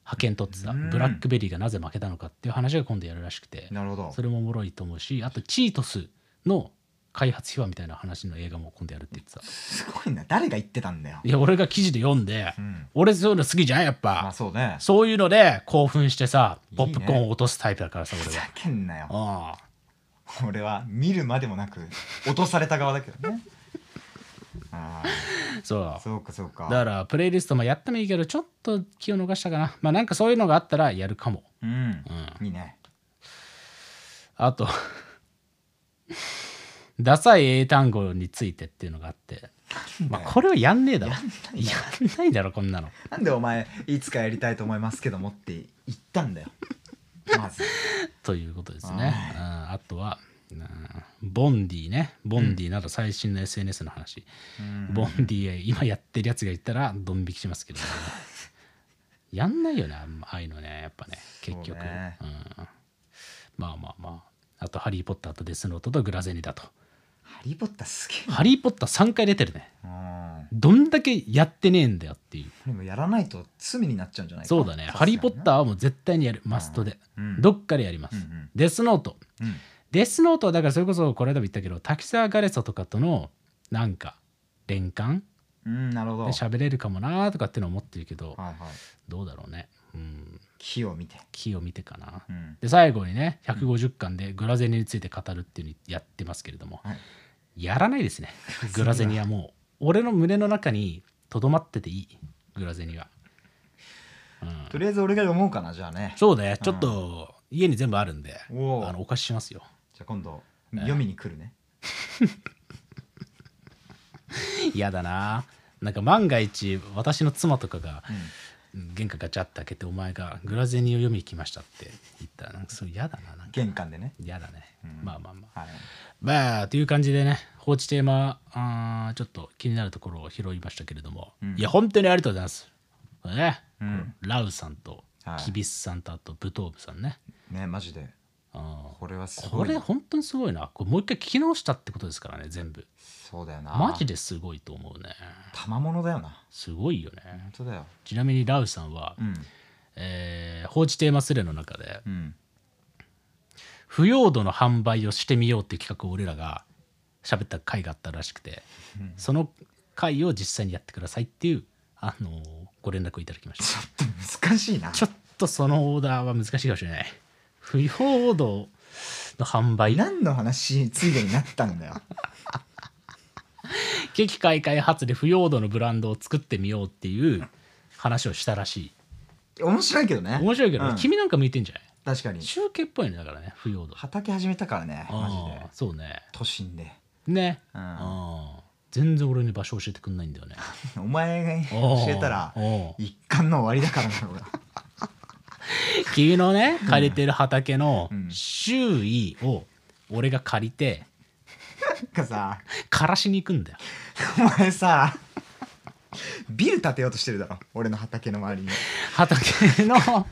Speaker 1: 派遣取ってた
Speaker 2: うん
Speaker 1: ブラックベリーがなぜ負けたのかっていう話が今度やるらしくて
Speaker 2: なるほど
Speaker 1: それもおもろいと思うしあとチートスの開発秘話みたいな話の映画も今度やるって言ってた
Speaker 2: すごいな誰が言ってたんだよ
Speaker 1: いや俺が記事で読んで、
Speaker 2: うん
Speaker 1: 俺そういうの好きじゃんやっ
Speaker 2: まあ
Speaker 1: ぱ
Speaker 2: そうね
Speaker 1: そういうので興奮してさポップコー
Speaker 2: いい
Speaker 1: ンを落とすタイプだからさ
Speaker 2: ふ
Speaker 1: 俺
Speaker 2: ざけんなよ
Speaker 1: は。うん
Speaker 2: 俺は見るまでもなく落とされた側だけどね あ
Speaker 1: そう
Speaker 2: あそうかそうか
Speaker 1: だからプレイリストもやってもいいけどちょっと気を逃したかなまあなんかそういうのがあったらやるかも
Speaker 2: うん、いいね
Speaker 1: あと ダサい英単語についてっていうのがあって、まあ、これはやんねえだろやんないだろこんなの
Speaker 2: なんでお前いつかやりたいと思いますけどもって言ったんだよまず
Speaker 1: ということですねうんあとはうんボンディねボンディなど最新の SNS の話、ボンディへ今やってるやつがいたらドン引きします けど、ね、やんないよねあんまああいうのねやっぱね結
Speaker 2: そう
Speaker 1: 局
Speaker 2: ね
Speaker 1: うん、まあまあまああと「ハリー・ポッター」と「デスノート」と「グラゼニ」だと
Speaker 2: ハリー・ポッターすげえ
Speaker 1: 「ハリー・ポッター」3回出てるね
Speaker 2: うん
Speaker 1: どんだけやってねえんだよっていう
Speaker 2: でもやらないと罪になっちゃうんじゃないか
Speaker 1: そうだね「ハリー・ポッター」はもう絶対にやるマストで、
Speaker 2: うん
Speaker 1: どっかでやります、
Speaker 2: うんうん
Speaker 1: デスノート
Speaker 2: ー、うん、
Speaker 1: デスノートはだからそれこそこれでも言ったけど滝沢ガレソとかとのなんか連関
Speaker 2: うん、なるほど
Speaker 1: で
Speaker 2: はい
Speaker 1: 喋れるかもなーとかってのは思ってるけど
Speaker 2: はい
Speaker 1: どうだろうねうん
Speaker 2: 木を見て、
Speaker 1: 木を見てかな
Speaker 2: うん
Speaker 1: で最後にね150巻でグラゼニについて語るっていうのやってますけれども、
Speaker 2: はい
Speaker 1: やらないです ねグラゼニはもう俺の胸の中にとどまってていいグラゼニは、うん、
Speaker 2: とりあえず俺が読もうかなじゃあね
Speaker 1: そうねちょっと家に全部あるんであ
Speaker 2: おう
Speaker 1: のお貸ししますよ
Speaker 2: じゃあ今度読みに来るね、
Speaker 1: 嫌だななんか万が一私の妻とかが
Speaker 2: うん
Speaker 1: 玄関ガチャって開けてお前が「グラゼニを読みに来ました」って言ったらなんかそう嫌だななんか
Speaker 2: 玄関でね
Speaker 1: 嫌だね、まあまあまあ
Speaker 2: はい
Speaker 1: まあという感じでね放置テーマあーちょっと気になるところを拾いましたけれども、いや本当にありがとうございますこれね、ラウさんと
Speaker 2: はい
Speaker 1: キビスさんとあとブトーブさんね、
Speaker 2: ねマジで
Speaker 1: あ
Speaker 2: これはす
Speaker 1: ー
Speaker 2: ご
Speaker 1: こ
Speaker 2: い
Speaker 1: れ本当にすごいなこれもう一回聞き直したってことですからね全部
Speaker 2: そうだよな
Speaker 1: マジですごいと思うね
Speaker 2: 賜物だよな
Speaker 1: すごいよね
Speaker 2: 本当だよ
Speaker 1: ちなみにラウさんは、
Speaker 2: うん
Speaker 1: えー放置テーマスレの中で
Speaker 2: うん
Speaker 1: 腐葉土の販売をしてみようっていう企画を俺らが喋った回があったらしくて、その回を実際にやってくださいっていう、あのーご連絡をいただきました
Speaker 2: ちょっと難しい な
Speaker 1: ちょっとそのオーダーは難しいかもしれない腐葉土の販売
Speaker 2: 何の話ついでになったんだよ
Speaker 1: 機械開発で腐葉土のブランドを作ってみようっていう話をしたらしい
Speaker 2: 面白いけどね
Speaker 1: 面白いけど、
Speaker 2: うん
Speaker 1: 君なんか向いてんじゃない
Speaker 2: 確かに
Speaker 1: 中継っぽいねだからね腐葉土
Speaker 2: 畑始めたからねマジ
Speaker 1: あ
Speaker 2: で
Speaker 1: ーそうね
Speaker 2: 都心で
Speaker 1: ね、
Speaker 2: うん
Speaker 1: あー全然俺に場所教えてくんないんだよね
Speaker 2: お前が
Speaker 1: お
Speaker 2: 教
Speaker 1: ー
Speaker 2: えたら
Speaker 1: おー
Speaker 2: 一貫の終わりだからなのが
Speaker 1: 君のね借りてる畑の
Speaker 2: うん
Speaker 1: 周囲を俺が借りて
Speaker 2: なんかさ
Speaker 1: 枯らしに行くんだよ
Speaker 2: お前さビル建てようとしてるだろ俺の畑の周りに
Speaker 1: 畑の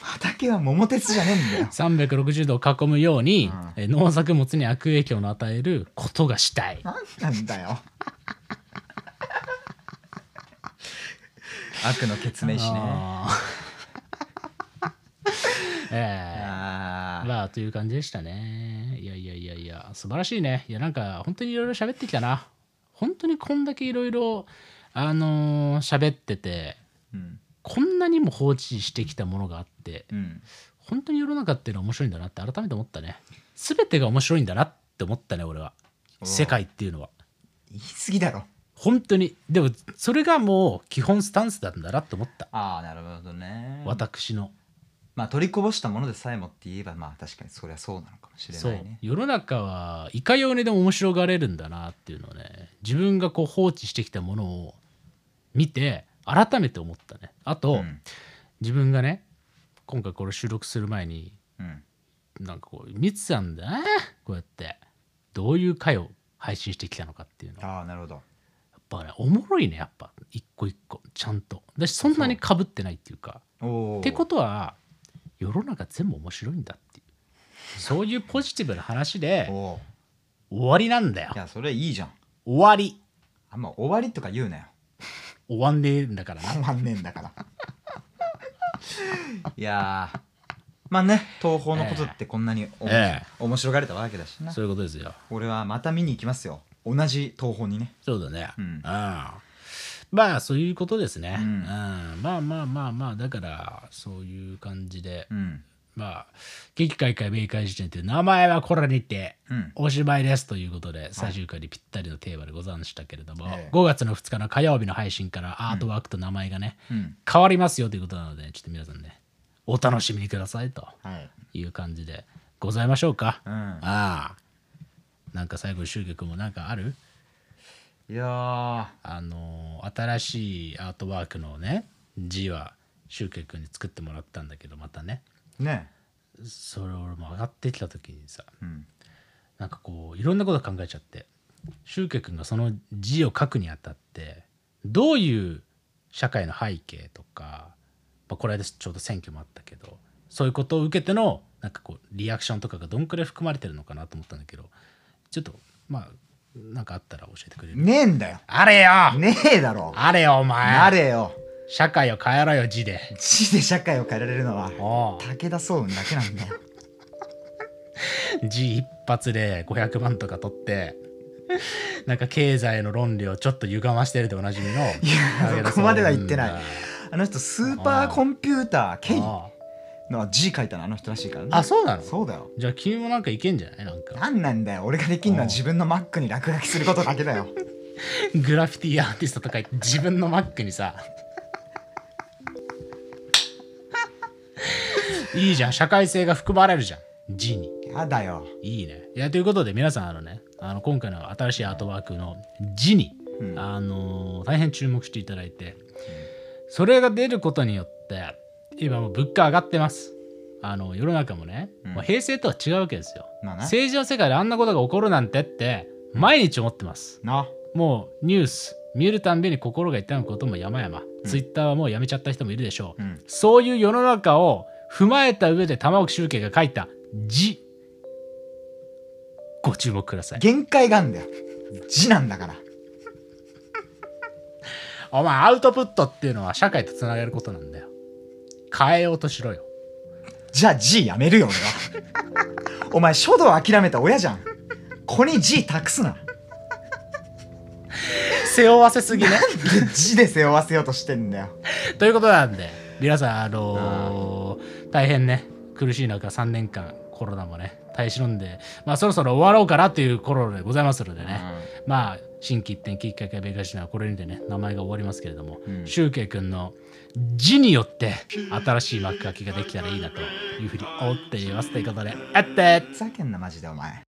Speaker 2: 畑は桃鉄じゃねえんだよ
Speaker 1: 360度を囲むように
Speaker 2: うん、
Speaker 1: え農作物に悪影響の与えることがしたい
Speaker 2: なんなんだよ悪の決明しね
Speaker 1: あ ーええ
Speaker 2: あー
Speaker 1: まあという感じでしたねいやいやいやいや素晴らしいねいやなんか本当にいろいろ喋ってきたな本当にこんだけいろいろあのー喋ってて
Speaker 2: うん
Speaker 1: こんなにも放置してきたものがあって
Speaker 2: うん
Speaker 1: 本当に世の中っていうのは面白いんだなって改めて思ったね全てが面白いんだなって思ったね俺は
Speaker 2: お
Speaker 1: 世界っていうのは
Speaker 2: 言い過ぎだろ
Speaker 1: 本当にでもそれがもう基本スタンスなんだなって思った
Speaker 2: ああなるほどね
Speaker 1: 私の
Speaker 2: まあ取りこぼしたものでさえもって言えばまあ確かにそりゃそうなのかもしれ
Speaker 1: そ
Speaker 2: な
Speaker 1: う
Speaker 2: いね
Speaker 1: 世の中はいかようにでも面白がれるんだなっていうのをね自分がこう放置してきたものを見て改めて思ったねあと、
Speaker 2: ん
Speaker 1: 自分がね今回これ収録する前に
Speaker 2: うん
Speaker 1: なんかこう見てたんだなこうやってどういう回を配信してきたのかっていうのやっ
Speaker 2: ああなるほど
Speaker 1: ぱねおもろいねやっぱ一個一個ちゃんとだしそんなにかぶってないっていうか
Speaker 2: おお
Speaker 1: ってことは世の中全部面白いんだっていうそういうポジティブな話で
Speaker 2: おお
Speaker 1: 終わりなんだよ
Speaker 2: いやそれいいじゃん
Speaker 1: 終わり
Speaker 2: あんま終わりとか言うなよ
Speaker 1: 終わんねえんだからな
Speaker 2: 終わんねえんだから いやーまあね東宝のことってこんなにおも、
Speaker 1: ええ
Speaker 2: 面白がれたわけだしな
Speaker 1: そういうことですよ
Speaker 2: 俺はまた見に行きますよ同じ東宝にね
Speaker 1: そうだね
Speaker 2: うん
Speaker 1: ああまあそういうことですね、
Speaker 2: う
Speaker 1: うんんまあまあまあまあだからそういう感じで、
Speaker 2: うん
Speaker 1: まあ「劇界会明会時点」という名前はこれにて
Speaker 2: うん
Speaker 1: おしまいですということで、最終回にぴったりのテーマでございましたけれども、
Speaker 2: ええ
Speaker 1: 5月の2日の火曜日の配信からアートワークと名前がね、
Speaker 2: うん
Speaker 1: 変わりますよということなのでちょっと皆さんねお楽しみにくださいと
Speaker 2: はい
Speaker 1: いう感じでございましょうか。
Speaker 2: うん
Speaker 1: ああなんか最後に集客もなんかある
Speaker 2: いやー
Speaker 1: あのー新しいアートワークのね字は集客に作ってもらったんだけどまたね
Speaker 2: ね
Speaker 1: それ俺も上がってきた時にさ
Speaker 2: うん
Speaker 1: なんかこういろんなこと考えちゃって集客がその字を書くにあたってどういう社会の背景とか、まあ、これでちょうど選挙もあったけどそういうことを受けてのなんかこうリアクションとかがどんくらい含まれてるのかなと思ったんだけどちょっとまあなんかあったら教えてくれる
Speaker 2: ねえんだよ
Speaker 1: あれよ
Speaker 2: ねえだろ
Speaker 1: あれよお前
Speaker 2: なれよ
Speaker 1: 社会を変えろよ字で
Speaker 2: 地で社会を変えられるのは
Speaker 1: おう
Speaker 2: 武田総雲だけなんだよ
Speaker 1: 字一発で500万とか取って なんか経済の論理をちょっと歪ましてるでおなじみの
Speaker 2: いやそこまでは言ってないあの人スーパーコンピューター K の
Speaker 1: あ
Speaker 2: 字書いたのあの人らしいからね
Speaker 1: あそうなの
Speaker 2: そうだよ
Speaker 1: じゃあ君もなんかいけんじゃないなんか
Speaker 2: なんなんだよ俺ができるの
Speaker 1: う
Speaker 2: は
Speaker 1: ん
Speaker 2: 自分の Mac に落書きすることだけだよ
Speaker 1: グラフィティアーティストとか言って自分のマックに さいいじゃん社会性が含まれるじゃん字に
Speaker 2: やだよ
Speaker 1: いいね。いやということで皆さんあのねあの今回の新しいアートワークの字に、
Speaker 2: うん
Speaker 1: あの大変注目していただいて、それが出ることによって今もう物価上がってます。あの世の中もね、
Speaker 2: うん
Speaker 1: もう平成とは違うわけですよ、
Speaker 2: まあな
Speaker 1: 政治の世界であんなことが起こるなんてって毎日思ってます。
Speaker 2: な
Speaker 1: もうニュース見るたんびに心が痛むことも山々、ツイッターはもうやめちゃった人もいるでしょう、
Speaker 2: うん
Speaker 1: そういう世の中を踏まえた上で玉置周慶が書いた字ご注目ください
Speaker 2: 限界があんだよ字なんだから
Speaker 1: お前アウトプットっていうのは社会とつながることなんだよ変えようとしろよ
Speaker 2: じゃあ字やめるよ俺はお前書道諦めた親じゃん子に字 託すな
Speaker 1: 背負わせすぎね
Speaker 2: 字で背負わせようとしてんだよ
Speaker 1: ということなんで皆さんあのー大変ね苦しい中3年間コロナもね耐え忍んでまあそろそろ終わろうかなっていう頃でございますのでね、まあ新規一点きっかけ米菓子はこれにてね名前が終わりますけれども、
Speaker 2: うん
Speaker 1: シュウケイ君の字によって新しい幕開きができたらいいなというふうに思っていますということであって
Speaker 2: ふざけんなマジでお前